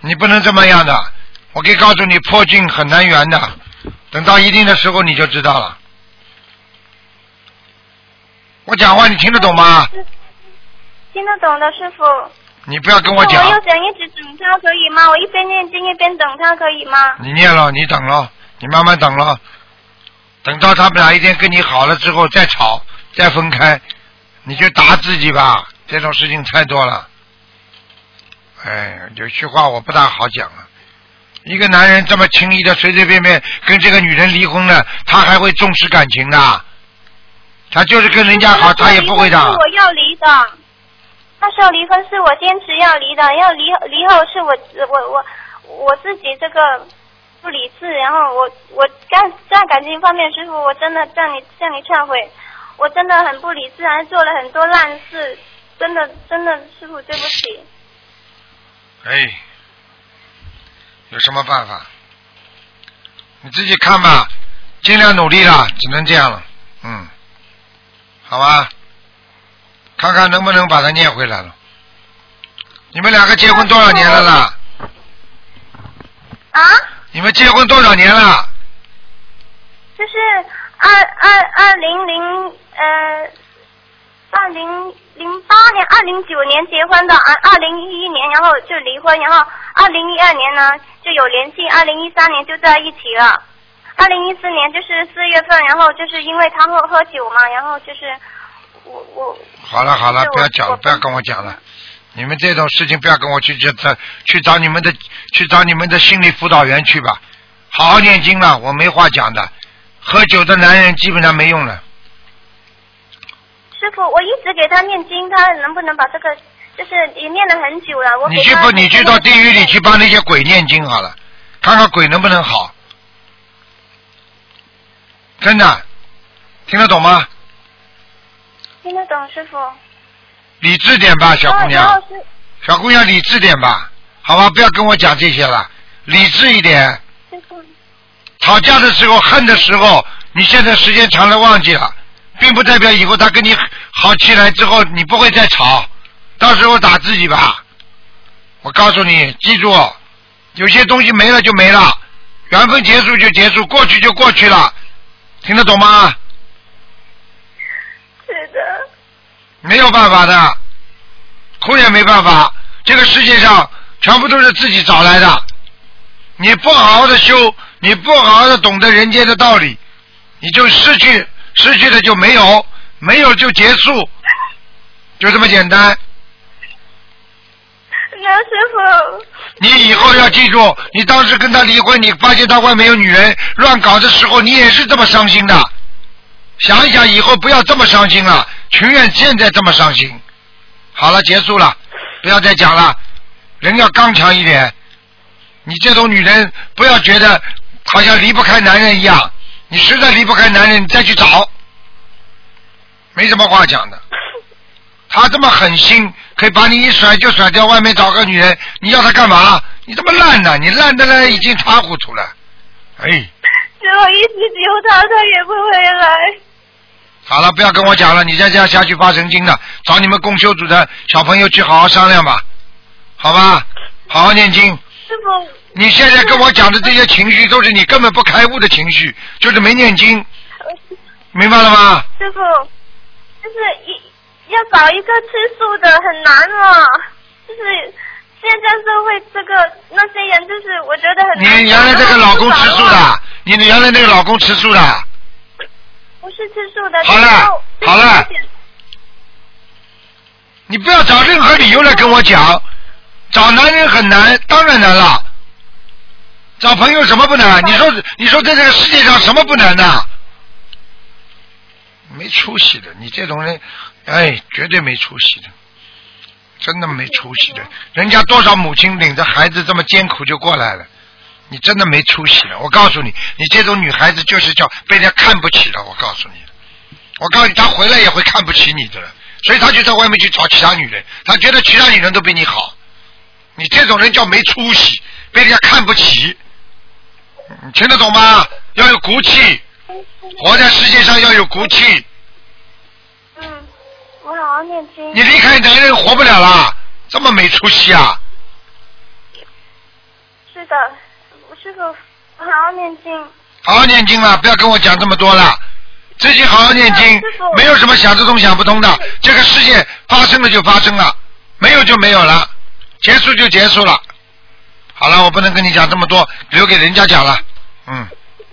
A: 你不能这么样的。我可以告诉你，破镜很难圆的，等到一定的时候你就知道了。我讲话你听得懂吗？
D: 听得懂的师傅，
A: 你不要跟我
D: 那
A: 讲
D: 哦我，又想一直等他，可以吗？我一边念经一边等他，可以吗？
A: 你念了，你等了，你慢慢等了，等到他们哪一天跟你好了之后再吵，再分开，你就打自己吧，这种事情太多了。哎，有句话我不大好讲啊。一个男人这么轻易的随随便便跟这个女人离婚了，他还会重视感情的？他就是跟人家好，他也不会的。
D: 那时哦候离婚是我要离的。那时候离婚是我坚持要离的，要离离后是我我我我自己这个不理智，然后我我干在感情方面，师傅我真的向你向你忏悔，我真的很不理智，还做了很多烂事，真的真的师傅对不起。
A: 哎，有什么办法？你自己看吧，尽量努力啦，只能这样了。嗯，好吧，看看能不能把它念回来了。你们两个结婚多少年了啦？
D: 啊，
A: 你们结婚多少年了？
D: 就是二二二零零呃。二零零八年、二零九年结婚的，二二零一一年，然后就离婚，然后二零一二年呢就有联系，二零一三年就在一起了。二零一四年就是四月份，然后就是因为他喝喝酒嘛，然后就是我我
A: 好了好了，
D: 对我
A: 不要讲
D: 我
A: 了，不要跟我讲了。你们这种事情不要跟我去去找去找你们的去找你们的心理辅导员去吧。好好念经了，我没话讲的。喝酒的男人基本上没用了。
D: 师傅，我一直给他念经，他能不能把这个就是也念了很久了，我给
A: 你去
D: 他
A: 不？你去到地狱里去帮那些鬼念经好了，看看鬼能不能好。真的，听得懂吗？
D: 听得懂师傅？哦
A: 理智点吧，小姑
D: 然后
A: 娘，
D: 是
A: 小姑娘理智点吧，好吧，不要跟我讲这些了，理智一点。
D: 师傅，
A: 吵架的时候、恨的时候，你现在时间长了忘记了，并不代表以后他跟你好起来之后你不会再吵，到时候打自己吧。我告诉你，记住，有些东西没了就没了，缘分结束就结束，过去就过去了，听得懂吗？
D: 是的，
A: 没有办法的，哭也没办法。这个世界上全部都是自己找来的。你不好好的修，你不好好的懂得人间的道理，你就失去，失去的就没有，没有就结束，就这么简单。
D: 那师傅。
A: 你以后要记住，你当时跟他离婚，你发现他外面有女人乱搞的时候，你也是这么伤心的。想一想，以后不要这么伤心了，情愿现在这么伤心，好了，结束了，不要再讲了。人要刚强一点。你这种女人，不要觉得好像离不开男人一样。你实在离不开男人，你再去找，没什么话讲的。他这么狠心，可以把你一甩就甩掉，外面找个女人，你要他干嘛？你这么烂呢、你烂的呢已经塌糊涂了。哎，
D: 只好一直求他，他也不回来。
A: 好了，不要跟我讲了，你再这样下去发神经了。找你们共修组的小朋友去好好商量吧，好吧？好好念经。
D: 师傅，
A: 你现在跟我讲的这些情绪，都是你根本不开悟的情绪，就是没念经，明白了吗？
D: 师傅，就是一要找一个吃素的很难了，就是现在社会这个那些人，就是我觉得很
A: 你
D: 难。
A: 原来这个老公吃素
D: 然后
A: 的，你原来那个老公吃素的，
D: 我就找啊？不是吃素的。
A: 好了
D: 然后
A: 好了你不要找任何理由来跟我讲，找男人很难，当然难了。找朋友什么不难？你说你说在这个世界上什么不难呐？没出息的，你这种人，哎，绝对没出息的，真的没出息的。人家多少母亲领着孩子这么艰苦就过来了，你真的没出息了。我告诉你，你这种女孩子就是叫被人家看不起了。我告诉你，我告诉你，她回来也会看不起你的了，所以她就在外面去找其他女人，她觉得其他女人都比你好。你这种人叫没出息，被人家看不起。你听得懂吗？要有骨气，活在世界上要有骨气。
D: 嗯，我好好念经。
A: 你离开男人活不了啦，这么没出息啊！
D: 是的，师傅，我好好念经。
A: 好好念经啦，不要跟我讲这么多啦，自己好好念经
D: 师傅，
A: 没有什么想得通想不通的，这个世界发生了就发生了，没有就没有了，结束就结束了。好了，我不能跟你讲这么多，留给人家讲了。嗯，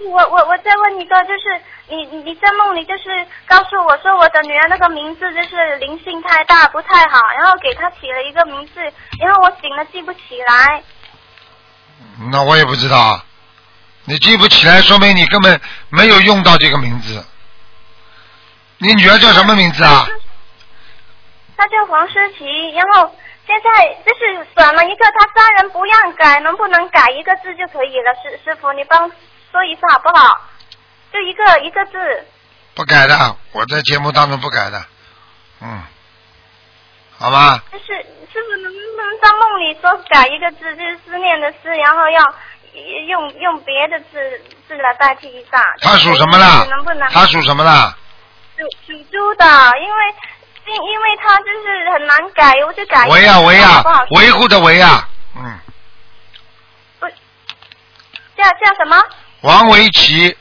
D: 我我我再问一个，就是你你你在梦里就是告诉我说我的女儿那个名字就是灵性太大不太好，然后给她起了一个名字，然后我醒了记不起来。
A: 那我也不知道，啊，你记不起来，说明你根本没有用到这个名字。你女儿叫什么名字啊？
D: 她叫黄诗琪，然后现在就是选了一个，她家人不让改，能不能改一个字就可以了？师师傅，你帮说一下好不好？就一个一个字。
A: 不改的，我在节目当中不改的。嗯，好吧。
D: 就是师傅能不能在梦里说改一个字，就是思念的思，然后要用用别的字字来代替一下。
A: 他属什么啦
D: 哎能不能？
A: 他属什么啦？
D: 属属猪的，因为因因为他就是很难改，我就改一个字。
A: 维啊维啊
D: 好不好，
A: 维护的维啊，嗯，
D: 叫叫什么？
A: 王维奇，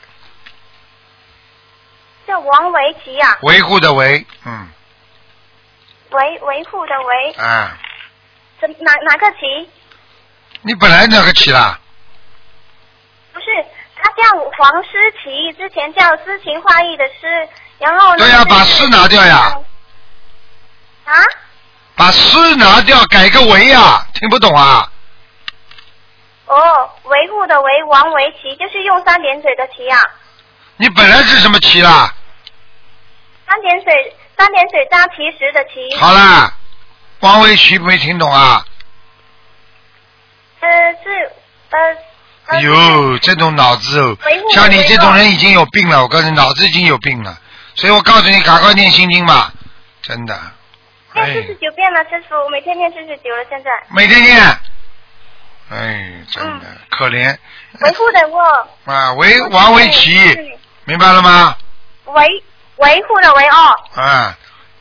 D: 叫王维奇啊，
A: 维护的维，嗯，
D: 维维护的维，
A: 啊，
D: 怎么哪哪个奇？
A: 你本来哪个奇啦？
D: 不是，他叫黄诗琪，之前叫诗情画意的诗，然后呢？
A: 对呀
D: 就是
A: 把诗拿掉呀。
D: 啊？
A: 把诗拿掉，改个维啊，听不懂啊？
D: 哦，维护的维，王维奇，就是用三点水的奇啊，
A: 你本来是什么奇啦？
D: 三点水，三点水加奇石的奇。
A: 好啦，王维奇没听懂啊？
D: 呃，是呃。
A: 哎
D: 呃
A: 呦，这种脑子哦
D: 维护，
A: 像你这种人已经有病了，我告诉你，脑子已经有病了，所以我告诉你，赶快念心经吧，真的。
D: 念
A: 哎
D: 四十九遍了，师傅，我每天念四十九了，现在。
A: 每天念。哎，真的、可怜
D: 维护的我，
A: 啊！维王维奇，
D: 嗯
A: 明白了吗？
D: 维维护的维哦
A: 啊，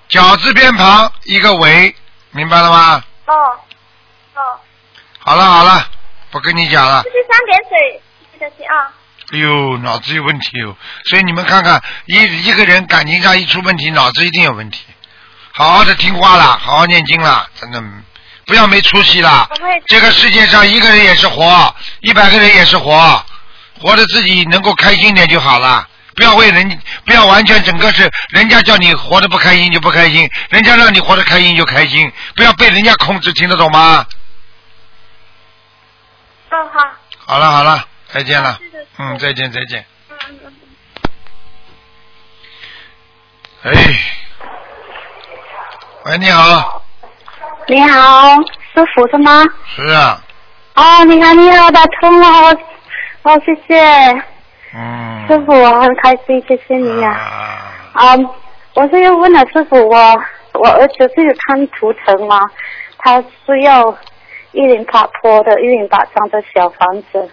A: 绞字边旁一个维，明白了吗？
D: 哦哦，
A: 好了好了，不跟你讲了
D: 就。是三点水的奇啊。
A: 哎呦，脑子有问题哦！所以你们看看，一一个人感情上一出问题，脑子一定有问题。好好的听话啦，好好念经啦，真的不要没出息啦
D: 我会。
A: 这个世界上一个人也是活，一百个人也是活，活着自己能够开心点就好了。不要为人，不要完全整个是人家叫你活得不开心就不开心，人家让你活得开心就开心，不要被人家控制，听得懂吗？
D: 哦好，
A: 好了好了，再见了
D: 是的是的，
A: 嗯，再见再见。
D: 嗯嗯嗯。
A: 哎，喂，你好，
B: 你好，师傅是吗？
A: 是啊，
B: 哦，你看你好，打通了，哦，谢谢
A: 嗯，
B: 师傅，我很开心，谢谢你呀、
A: 啊，
B: 啊。我是要问了师傅，我我儿子是有看图腾吗？他需要一零八坡的一零八张的小房子，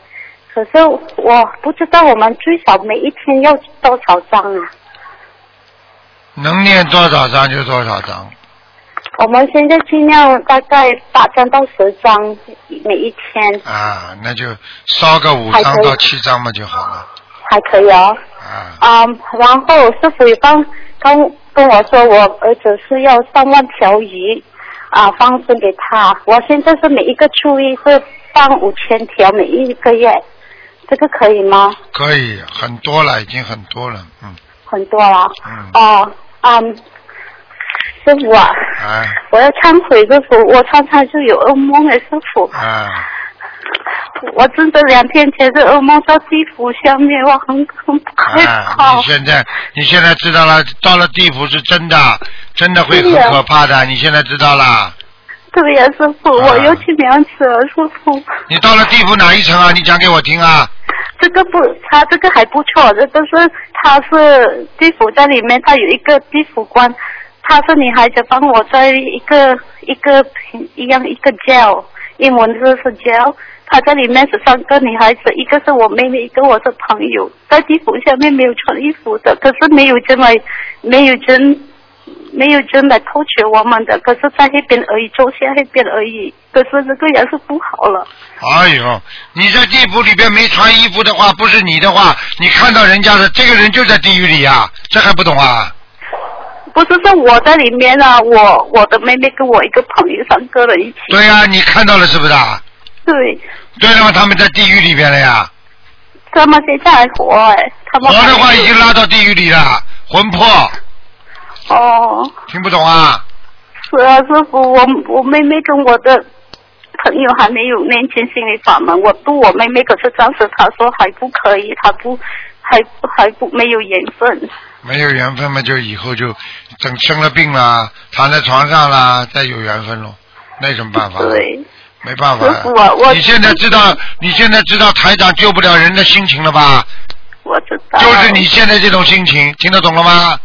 B: 可是我不知道我们最少每一天要多少张啊？
A: 能念多少章就多少章，
B: 我们现在尽量大概八张到十张每一天，
A: 啊，那就烧个五章到七章嘛就好了，
B: 还可以哦。
A: 啊，
B: 啊、然后师傅也帮跟跟我说，我儿子是要三万条鱼啊放生给他。我现在是每一个初一是放五千条，每一个月，这个可以吗？
A: 可以，很多了，已经很多了，嗯，
B: 很多了。
A: 嗯
B: 哦，嗯，师傅啊，
A: 啊，
B: 我要忏悔，师傅，我常常就有噩梦哎，师傅。
A: 啊，
B: 我真的两天前的噩梦到地府下面，我很很不害
A: 啊，
B: 怕。
A: 你现在你现在知道了，到了地府是真的，真的会很可怕的，你现在知道了，
B: 对呀、师傅，
A: 啊
B: 我又去两次了，师傅。
A: 你到了地府哪一层啊？你讲给我听啊，
B: 这个不，他这个还不错，这都是他是地府在里面，他有一个地府官，他是女孩子帮我在一个一个平一样一个教，英文字是教。他在里面是三个女孩子，一个是我妹妹，一个我是朋友，在地府下面没有穿衣服的，可是没有人来，没有人，没有人来偷取我们的，可是在那边而已，周线那边而已，可是这个也是不好了。
A: 哎呦，你在地府里边没穿衣服的话，不是你的话，你看到人家的，这个人就在地狱里啊，这还不懂啊？
B: 不是说我在里面啊，我我的妹妹跟我一个朋友三个人一起，
A: 对呀、你看到了是不是啊？
B: 对，
A: 对了嘛，他们在地狱里边了呀，
B: 他们现在还活哎，他
A: 活
B: 们
A: 的话已经拉到地狱里了，魂魄
B: 哦，
A: 听不懂啊？
B: 是啊，师傅，我我妹妹跟我的朋友还没有念经心理法门，我度我妹妹，可是当时她说还不可以，她不还还不没有缘分，
A: 没有缘分嘛，就以后就等生了病啦，躺在床上啦，再有缘分喽，那有什么办法？，
B: 对，
A: 没办法
B: 师傅啊我。
A: 你现在知道，你现在知道台长救不了人的心情了吧？
B: 我知道，
A: 就是你，现在这种心情，听得懂了吗？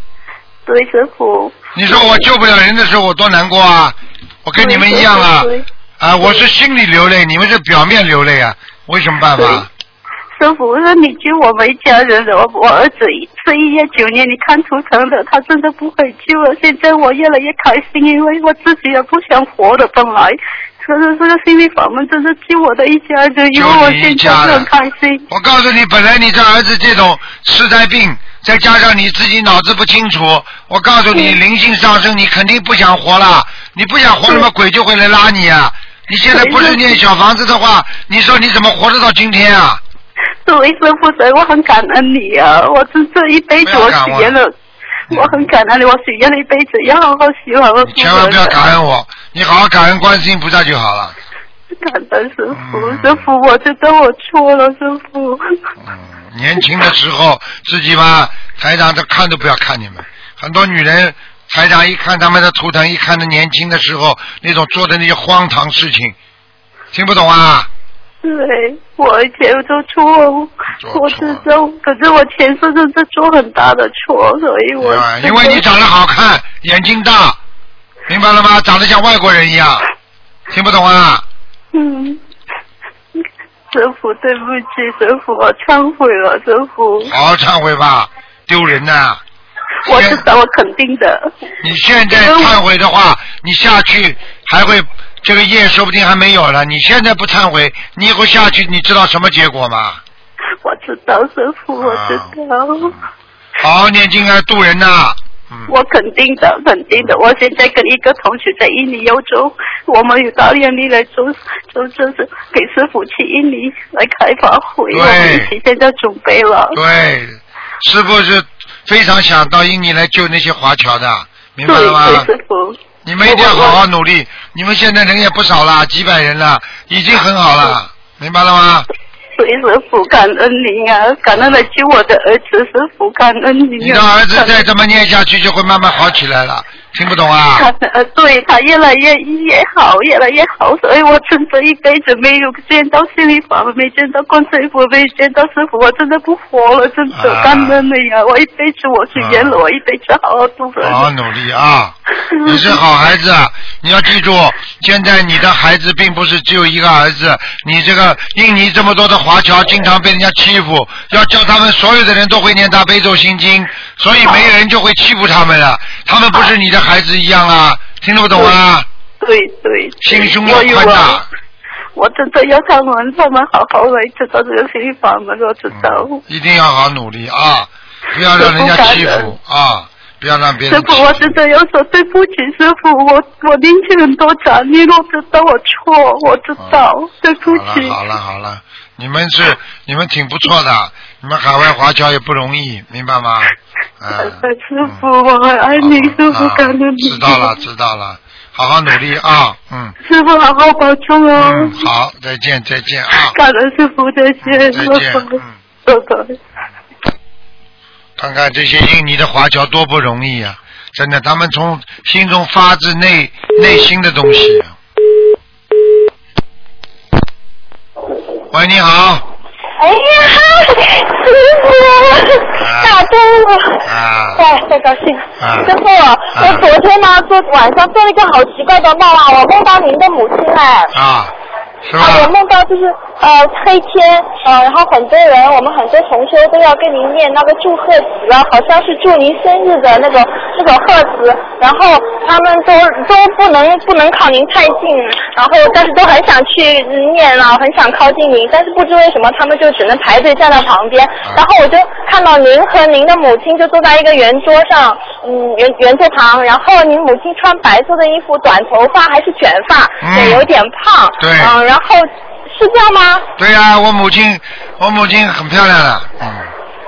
B: 对，师傅，
A: 你说我救不了人的时候，我多难过啊！我跟你们一样啊
B: 对对对
A: 啊！我是心里流泪，你们是表面流泪啊！我有什么办法？
B: 师傅，那你救我们一家人了。我我儿子是一月九年，你看图腾的，他真的不会救了。现在我越来越开心，因为我自己也不想活了，本来。可是这个心理法门真是救我的一家人，因为我现在是很开心。
A: 我告诉你，本来你这儿子这种痴呆病，再加上你自己脑子不清楚，我告诉你，灵性上升，你肯定不想活了。你不想活，什么鬼就会来拉你啊！你现在不是念小房子的话，你说你怎么活得到今天啊？
B: 作为师傅，所以我很感恩你啊！我这这一辈子
A: 不要
B: 我
A: 感
B: 许
A: 恩
B: 愿了，我很感恩你，我许愿了一辈子，要好好喜欢我
A: 你千万不要感恩我，你好好感恩观世音菩萨就好了。
B: 感恩师傅，
A: 嗯
B: 师傅，我觉得我错了，师傅。
A: 嗯，年轻的时候自己吧，台长都看都不要看你们。很多女人，台长一看他们的图腾，一看他年轻的时候那种做的那些荒唐事情，听不懂啊？
B: 对，我以前做错，
A: 做
B: 我
A: 错
B: 知道，可是我前世真是做很大的错，所以我
A: 啊
B: 真
A: 因为
B: 的
A: 你长得好看，眼睛大，明白了吗？长得像外国人一样，听不懂啊？
B: 嗯，师傅对不起，师傅我忏悔了，师傅，
A: 好好忏悔吧，丢人呐、
B: 我知道我肯定的，
A: 你现在忏悔的话，你下去还会这个业说不定还没有了。你现在不忏悔，你以后下去你知道什么结果吗？
B: 我知道师傅，我知道，
A: 好好念经啊，渡人呐、嗯，
B: 我肯定的，肯定的，我现在跟一个同学在印尼游走，我们有到印尼来做，做就是给师傅去印尼来开法会，
A: 对
B: 我们一起现在准备了。
A: 对，师傅是非常想到印尼来救那些华侨的，明白了吗？
B: 对，师傅，
A: 你们一定要好好努力。你们现在人也不少了，几百人了，已经很好了，明白了吗？
B: 对师傅，感恩您啊，感恩来救我的儿子，师傅，感恩您、啊。
A: 你的儿子
B: 感
A: 再
B: 恩
A: 这么念下去，就会慢慢好起来了。听不懂啊？
B: 他呃，对他越来越越好，越来越好，所以我真的一辈子没有见到心理法门，没见到观世音菩萨，没见到师傅，我真的不活了，真的
A: 啊
B: 感恩你啊！我一辈子我去圆了，
A: 啊
B: 我一辈子好好度人。
A: 好好努力啊！你是好孩子，啊你要记住，现在你的孩子并不是只有一个儿子，你这个印尼这么多的华侨经常被人家欺负，要叫他们所有的人都会念大悲咒心经，所以没人就会欺负他们了，他们不是你的孩子一样啊！听得不懂啊？
B: 对对，对
A: 心胸要
B: 我以为
A: 宽大，
B: 我真的要他们，他们好好来知道这个心理法门，我知道。
A: 一定要好努力啊！不要让人家欺负啊！不要让别
B: 师
A: 人欺
B: 傅，我
A: 负。
B: 真的要说对不起，师傅，我我年轻很多杂念，我知道我错，我知道，对不起。
A: 啊好了好了好了，你们是你们挺不错的，你们海外华侨也不容易，明白 吗？
B: 呃
A: 嗯，
B: 师傅，我很爱你，师傅
A: 啊
B: 感恩你。
A: 知道了知道了，好好努力啊，嗯
B: 师傅好好保重哦。
A: 嗯，好，再见再见啊，
B: 感恩师傅，再
A: 再
B: 见，
A: 见
B: 拜拜
A: 嗯。
B: 拜拜。
A: 看看这些印尼的华侨多不容易啊！真的，他们从心中发自内内心的东西、啊。喂，你好，
E: 哎呀，师傅，打通了！
A: 啊
E: 哎，太高兴了！
A: 啊
E: 师傅，我昨天呢，做晚上做了一个好奇怪的梦啊，我梦到您的母亲哎、
A: 啊，是吧
E: 啊，？我梦到就是呃黑天，呃，然后很多人，我们很多同学都要跟您念那个祝贺词了，好像是祝您生日的那种那种贺词，然后他们都都不能不能靠您太近，然后但是都很想去念了，嗯很想靠近您，但是不知为什么他们就只能排队站在旁边，
A: 啊
E: 然后我就看到您和您的母亲就坐在一个圆桌上，嗯，圆圆桌旁，然后您母亲穿白色的衣服，短头发还是卷发，
A: 嗯
E: 也有点胖，
A: 对
E: 嗯、然后是这样吗？
A: 对呀、我母亲，我母亲很漂亮的，嗯。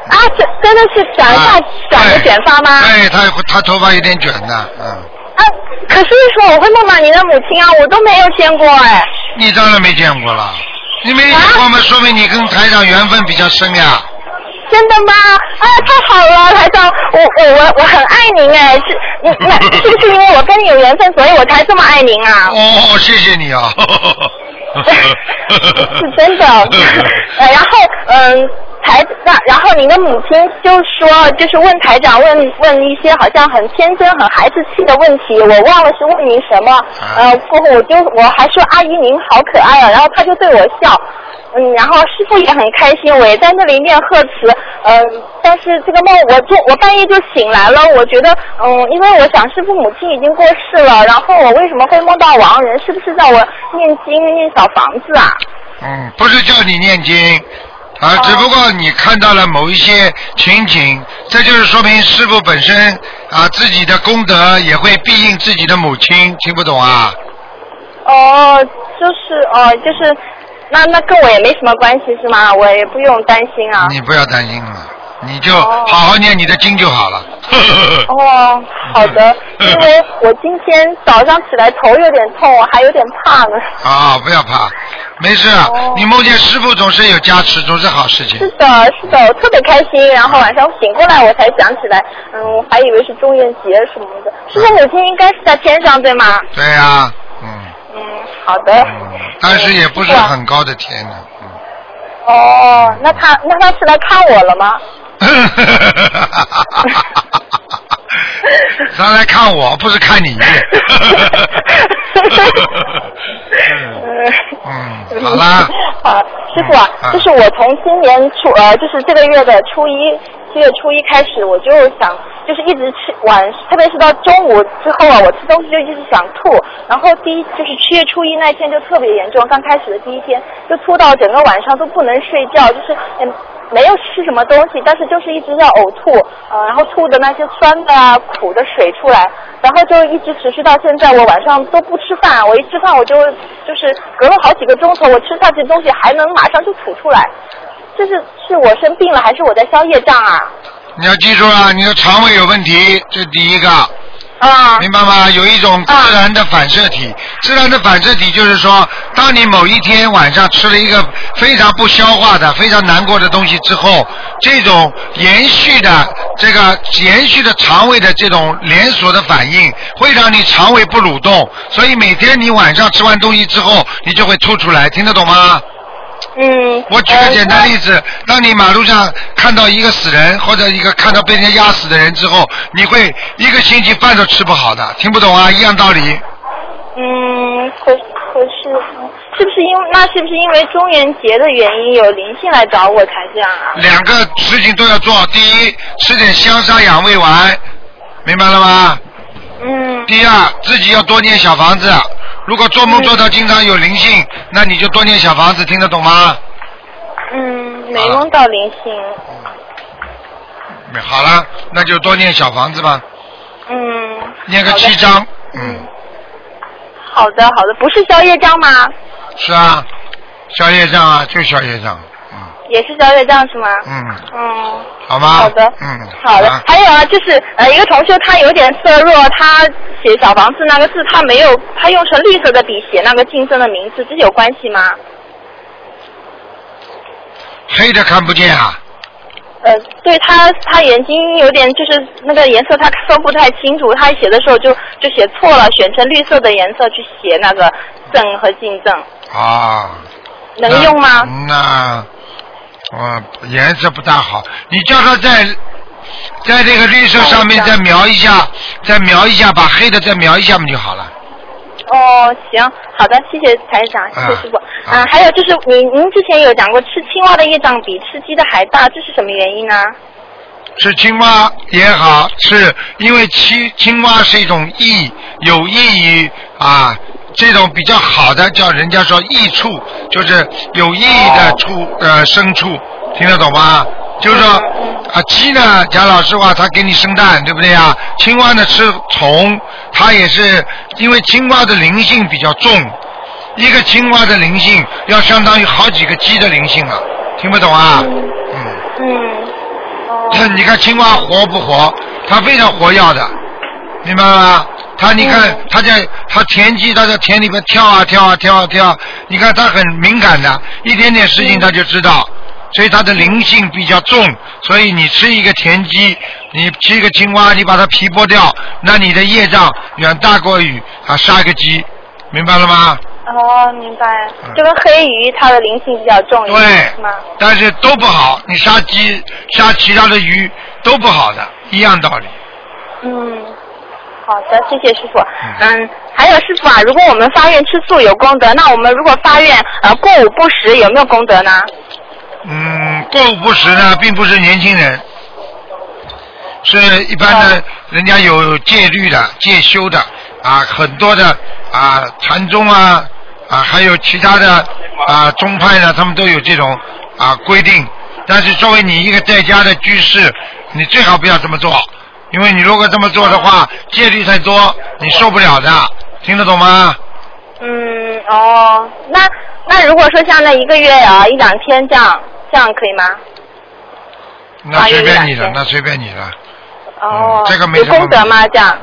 E: 啊，真真的是短发
A: 啊
E: 短的
A: 对
E: 卷发吗？
A: 对，她她头发有点卷的，嗯。
E: 啊，可是为什么我会梦到您的母亲啊？我都没有见过哎。
A: 你当然没见过了，你没
E: 啊
A: 见过嘛，说明你跟台长缘分比较深呀。
E: 真的吗？啊，太好了，台长，我我我我很爱您哎，是你那是不是因为我跟你有缘分，所以我才这么爱您啊？
A: 哦， 谢谢你啊。
E: 是真的。 呃，然后嗯，台那然后您的母亲就说，就是问台长问问一些好像很天真、很孩子气的问题，我忘了是问您什么。呃，过后我就我还说阿姨您好可爱啊，然后她就对我笑。嗯，然后师傅也很开心，我也在那里念贺词，嗯、但是这个梦我做，我半夜就醒来了，我觉得，嗯，因为我想师傅母亲已经过世了，然后我为什么会梦到亡人？是不是让我念经念小房子啊？
A: 嗯，不是叫你念经，啊，只不过你看到了某一些情景，这就是说明师傅本身啊自己的功德也会庇应自己的母亲，听不懂啊？
E: 哦，就是哦，就是，那那跟我也没什么关系是吗？我也不用担心啊。
A: 你不要担心了，你就好好念你的经就好了。
E: 哦，好的，因为我今天早上起来头有点痛，我还有点怕呢。
A: 啊，不要怕，没事。你梦见师傅总是有加持，总是好事情
E: 是。的，是的，我特别开心。然后晚上醒过来，我才想起来，嗯，我还以为是中元节什么的。师傅母亲应该是在天上对吗？
A: 对呀、嗯，
E: 嗯，好的。
A: 但是也不是很高的天呢。
E: 哦，那他那他是来看我了吗？
A: 他来看我，不是看 你。
E: 嗯。
A: 嗯，好啦，
E: 好，师傅啊，
A: 嗯
E: 就是我从今年初呃，就是这个月的初一，七月初一开始，我就想，就是一直吃晚，特别是到中午之后啊，我吃东西就一直想吐，然后第一就是七月初一那天就特别严重，刚开始的第一天就吐到整个晚上都不能睡觉，就是嗯。没有吃什么东西，但是就是一直要呕吐，呃，然后吐的那些酸的啊、苦的水出来，然后就一直持续到现在。我晚上都不吃饭，我一吃饭我就就是隔了好几个钟头，我吃下去东西还能马上就吐出来。这是是我生病了，还是我在消业障啊？
A: 你要记住了，你的肠胃有问题，这是第一个。
E: 啊
A: 明白吗？有一种自然的反射体，自然的反射体就是说，当你某一天晚上吃了一个非常不消化的、非常难过的东西之后，这种延续的这个延续的肠胃的这种连锁的反应，会让你肠胃不蠕动，所以每天你晚上吃完东西之后，你就会吐出来，听得懂吗？
E: 嗯，
A: 我举个简单例子，当你马路上看到一个死人或者一个看到被人家压死的人之后，你会一个星期饭都吃不好的，听不懂啊？一样道理。
E: 嗯，可可是，是不是因那是不是因为中元节的原因有灵性来找我才这样啊？
A: 两个事情都要做，第一，吃点香砂养胃丸，明白了吗？
E: 嗯
A: 第二，自己要多念小房子。如果做梦做到经常有灵性，那你就多念小房子，听得懂吗？啊
E: 嗯，没梦到灵性。
A: 嗯好了，那就多念小房子吧，
E: 嗯。
A: 念个
E: 好的
A: 七章。嗯，
E: 好的，好的，不是宵夜账吗？
A: 是啊，小业障啊，就小业障。
E: 也是宵夜账是吗？
A: 嗯。
E: 嗯。
A: 好吗？
E: 好的
A: 嗯，
E: 好的
A: 啊，
E: 还有啊，就是呃，一个同学他有点色弱，他写小房子那个字他没有，他用成绿色的笔写那个竞争的名字，这有关系吗？
A: 黑的看不见啊，
E: 呃，对他，他眼睛有点就是那个颜色，他分不太清楚。他写的时候就就写错了，选成绿色的颜色去写那个正和竞争，
A: 啊，
E: 能
A: 那
E: 用吗？？
A: 那，嗯，颜色不大好，你叫他在在这个绿色上面再描一下，再描一下，把黑的再描一下嘛就好了。
E: 哦，行，好的，谢谢台长，谢谢师傅。
A: 啊
E: 啊，还有就是您您之前有讲过，吃青蛙的业障比吃鸡的还大，这是什么原因呢？
A: 吃青蛙也好，是因为青青蛙是一种益，有益于啊这种比较好的叫人家说益处，就是有意义的处呃牲畜，听得懂吗？就是说啊鸡呢，讲老实话，它给你生蛋，对不对啊？青蛙呢吃虫，它也是因为青蛙的灵性比较重，一个青蛙的灵性要相当于好几个鸡的灵性啊，听不懂啊？嗯
E: 嗯，
A: 你看青蛙活不活？它非常活跃的，明白吗？它你看，它在它田鸡，它在田里边跳啊跳啊跳啊跳啊，你看它很敏感的，一点点事情它就知道，所以它的灵性比较重。所以你吃一个田鸡，你吃一个青蛙，你把它皮剥掉，那你的业障远大过于啊杀一个鸡，明白了吗？
E: 哦，明白，就跟黑鱼它的灵性比较重一点，
A: 对
E: 是吗？
A: 但是都不好，你杀鸡、杀其他的鱼都不好的，一样道理。
E: 嗯，好的，谢谢师傅。嗯，还有师傅啊，如果我们发愿吃素有功德，那我们如果发愿呃过午不食有没有功德呢？
A: 嗯，过午不食呢，并不是年轻人，是一般的，人家有戒律的、戒修的啊，很多的啊，禅宗啊啊，还有其他的啊宗派呢，他们都有这种啊规定。但是作为你一个在家的居士，你最好不要这么做，因为你如果这么做的话，戒律太多，你受不了的，听得懂吗？
E: 嗯，哦，那那如果说像那一个月啊一两天这样，这样可以吗？
A: 那
E: 啊
A: 随
E: 有
A: 便
E: 两
A: 你了，
E: 天
A: 那随便你了。嗯
E: 哦，
A: 这个没
E: 有
A: 什么
E: 功德吗？这样？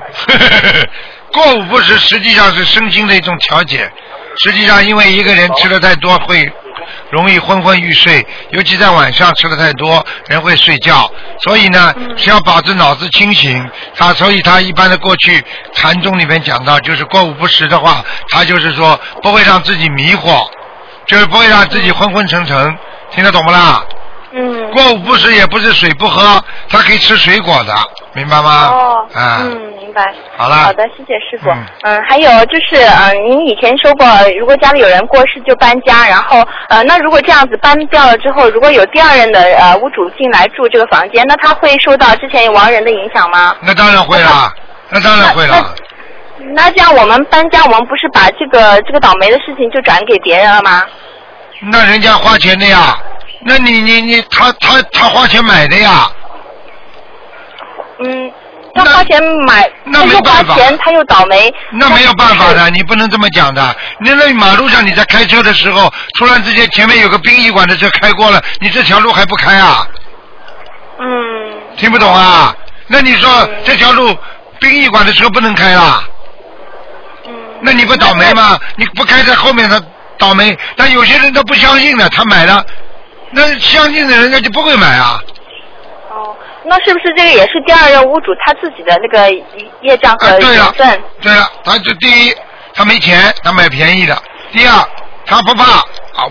A: 过午不食实际上是身心的一种调节，实际上因为一个人吃的太多会容易昏昏欲睡，尤其在晚上吃的太多，人会睡觉。所以呢，
E: 嗯
A: 只要保持脑子清醒，他所以他一般的过去禅宗里面讲到，就是过午不食的话，他就是说不会让自己迷惑，就是不会让自己昏昏沉沉，听得懂不啦？
E: 嗯。
A: 过午不食也不是水不喝，他可以吃水果的，明白吗？
E: 哦，
A: 啊、
E: 嗯，明白。
A: 好了
E: 好的，谢谢师傅。
A: 嗯
E: 嗯还有就是，呃，您以前说过，如果家里有人过世就搬家，然后，呃，那如果这样子搬掉了之后，如果有第二任的呃屋主进来住这个房间，那他会受到之前亡人的影响吗？
A: 那当然会啦，那当然会啦。
E: 那这样我们搬家，我们不是把这个这个倒霉的事情就转给别人了吗？
A: 那人家花钱的呀，那你你你，他他他花钱买的呀，
E: 嗯，要花钱买，
A: 那
E: 他
A: 没
E: 又花
A: 办法
E: 钱，他又倒霉，
A: 那没有办法的，你不能这么讲的。你那马路上你在开车的时候，突然之间前面有个殡仪馆的车开过了，你这条路还不开啊？
E: 嗯，
A: 听不懂啊？那你说这条路殡仪馆的车不能开啊啦。
E: 嗯
A: 那你不倒霉吗？你不开在后面他倒霉，但有些人他不相信的，他买了，那相信的人家就不会买啊。
E: 那是不是这个也是第二任屋主他自己的那个业障和
A: 啊，对
E: 缘
A: 了
C: 呃
E: 分？，
A: 对了，他就第一，他没钱，他买便宜的；第二，他不怕啊，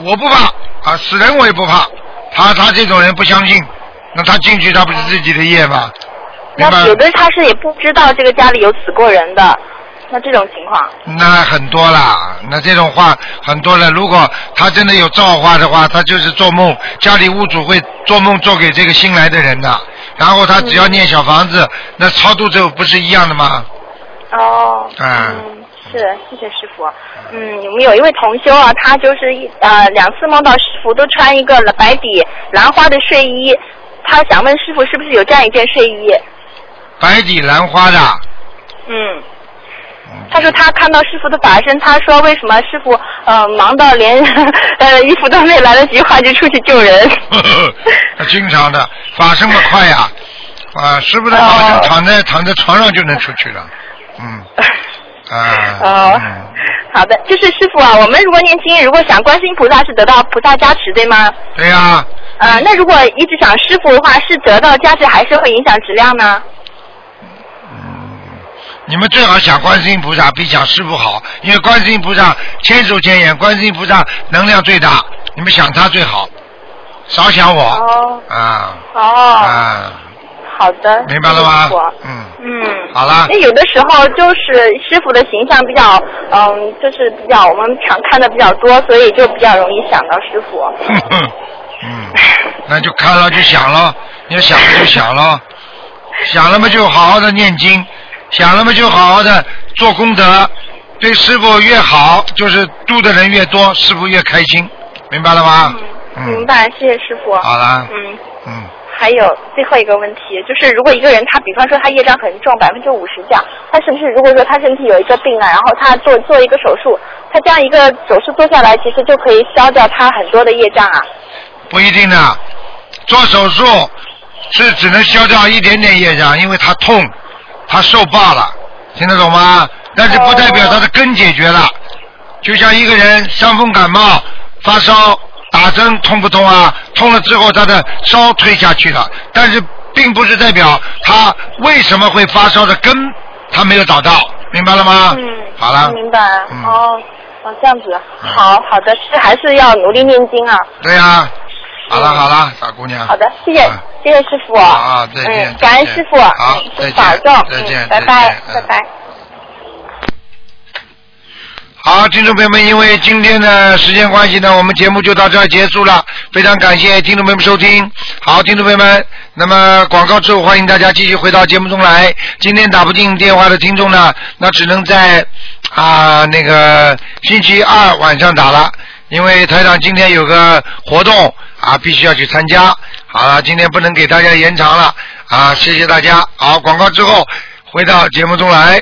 A: 我不怕啊，死人我也不怕。他他这种人不相信，那他进去他不是自己的业吗？明白
E: 那？有的他是也不知道这个家里有死过人的，那这种情况，
A: 那很多啦，那这种话很多了。如果他真的有造化的话，他就是做梦，家里屋主会做梦做给这个新来的人的。然后他只要念小房子，那超度咒不是一样的吗？
E: 哦，
A: 啊、
E: 是，谢谢师傅。嗯，我们有一位同修啊，他就是一呃两次梦到师傅都穿一个白底兰花的睡衣，他想问师傅是不是有这样一件睡衣？
A: 白底兰花 的，
E: 嗯。他说他看到师傅的法身，他说为什么师傅呃忙到连 呃衣服都没来得及换就出去救 人？
A: 他经常的，法身么快呀、啊，师傅的法
E: 哦
A: 身躺在、躺在床上就能出去了， 嗯，啊、
E: 哦
A: 嗯
E: 好的，就是师傅啊，我们如果念经，如果想观世音菩萨是得到菩萨加持，对吗？
A: 对呀、
E: 呃，那如果一直想师傅的话，是得到加持还是会影响质量呢？
A: 你们最好想观世音菩萨比想师傅好，因为观世音菩萨千手千眼，观世音菩萨能量最大，你们想他最好，少想我，
E: 哦
A: 啊
E: 哦，
A: 啊，
E: 好的，
A: 明白了
E: 谢谢师傅
A: 吗？嗯，
E: 嗯，
A: 好啦
E: 那，有的时候就是师傅的形象比较，嗯，就是比较我们常看的比较多，所以就比较容易想到师傅。
A: 哼哼，嗯， 那就看了就想了，你要想了就想了，想了嘛就好好的念经，想了嘛就好好的做功德，对师傅越好，就是度的人越多，师傅越开心，明白了吗？
E: 明
A: 嗯，
E: 白，谢谢师傅。
A: 好啦，
E: 嗯，
A: 嗯。
E: 还有最后一个问题，就是如果一个人他，比方说他业障很重，百分之五十这样，他是不是如果说他身体有一个病啊，然后他做做一个手术，他这样一个手术做下来，其实就可以消掉他很多的业障啊？
A: 不一定的，做手术是只能消掉一点点业障，因为他痛，他受罢了，听得懂吗？但是不代表他的根解决了。就像一个人伤风感冒、发烧、打针痛不痛啊？痛了之后他的烧退下去了，但是并不是代表他为什么会发烧的根，他没有找到，明白了吗？好了，
E: 明白。
A: 嗯
E: 哦，哦，这样子，好好的，是还是要努力念经啊。
A: 对呀、好了好了，傻姑娘。
E: 好的，谢谢，
A: 啊
E: 谢谢师傅。
A: 啊再见
E: 嗯，感恩
A: 再见
E: 师傅。
A: 好
E: 嗯
A: 再见
E: 保重。
A: 再
E: 嗯
A: 见
E: 拜拜，
A: 再见嗯嗯
E: 拜拜。
A: 好，听众朋友们，因为今天的时间关系呢，我们节目就到这儿结束了。非常感谢听众朋友们收听。好，听众朋友们，那么广告之后，欢迎大家继续回到节目中来。今天打不进电话的听众呢，那只能在啊、那个星期二晚上打了，因为台长今天有个活动啊，必须要去参加。好了，今天不能给大家延长了啊，谢谢大家。好，广告之后回到节目中来。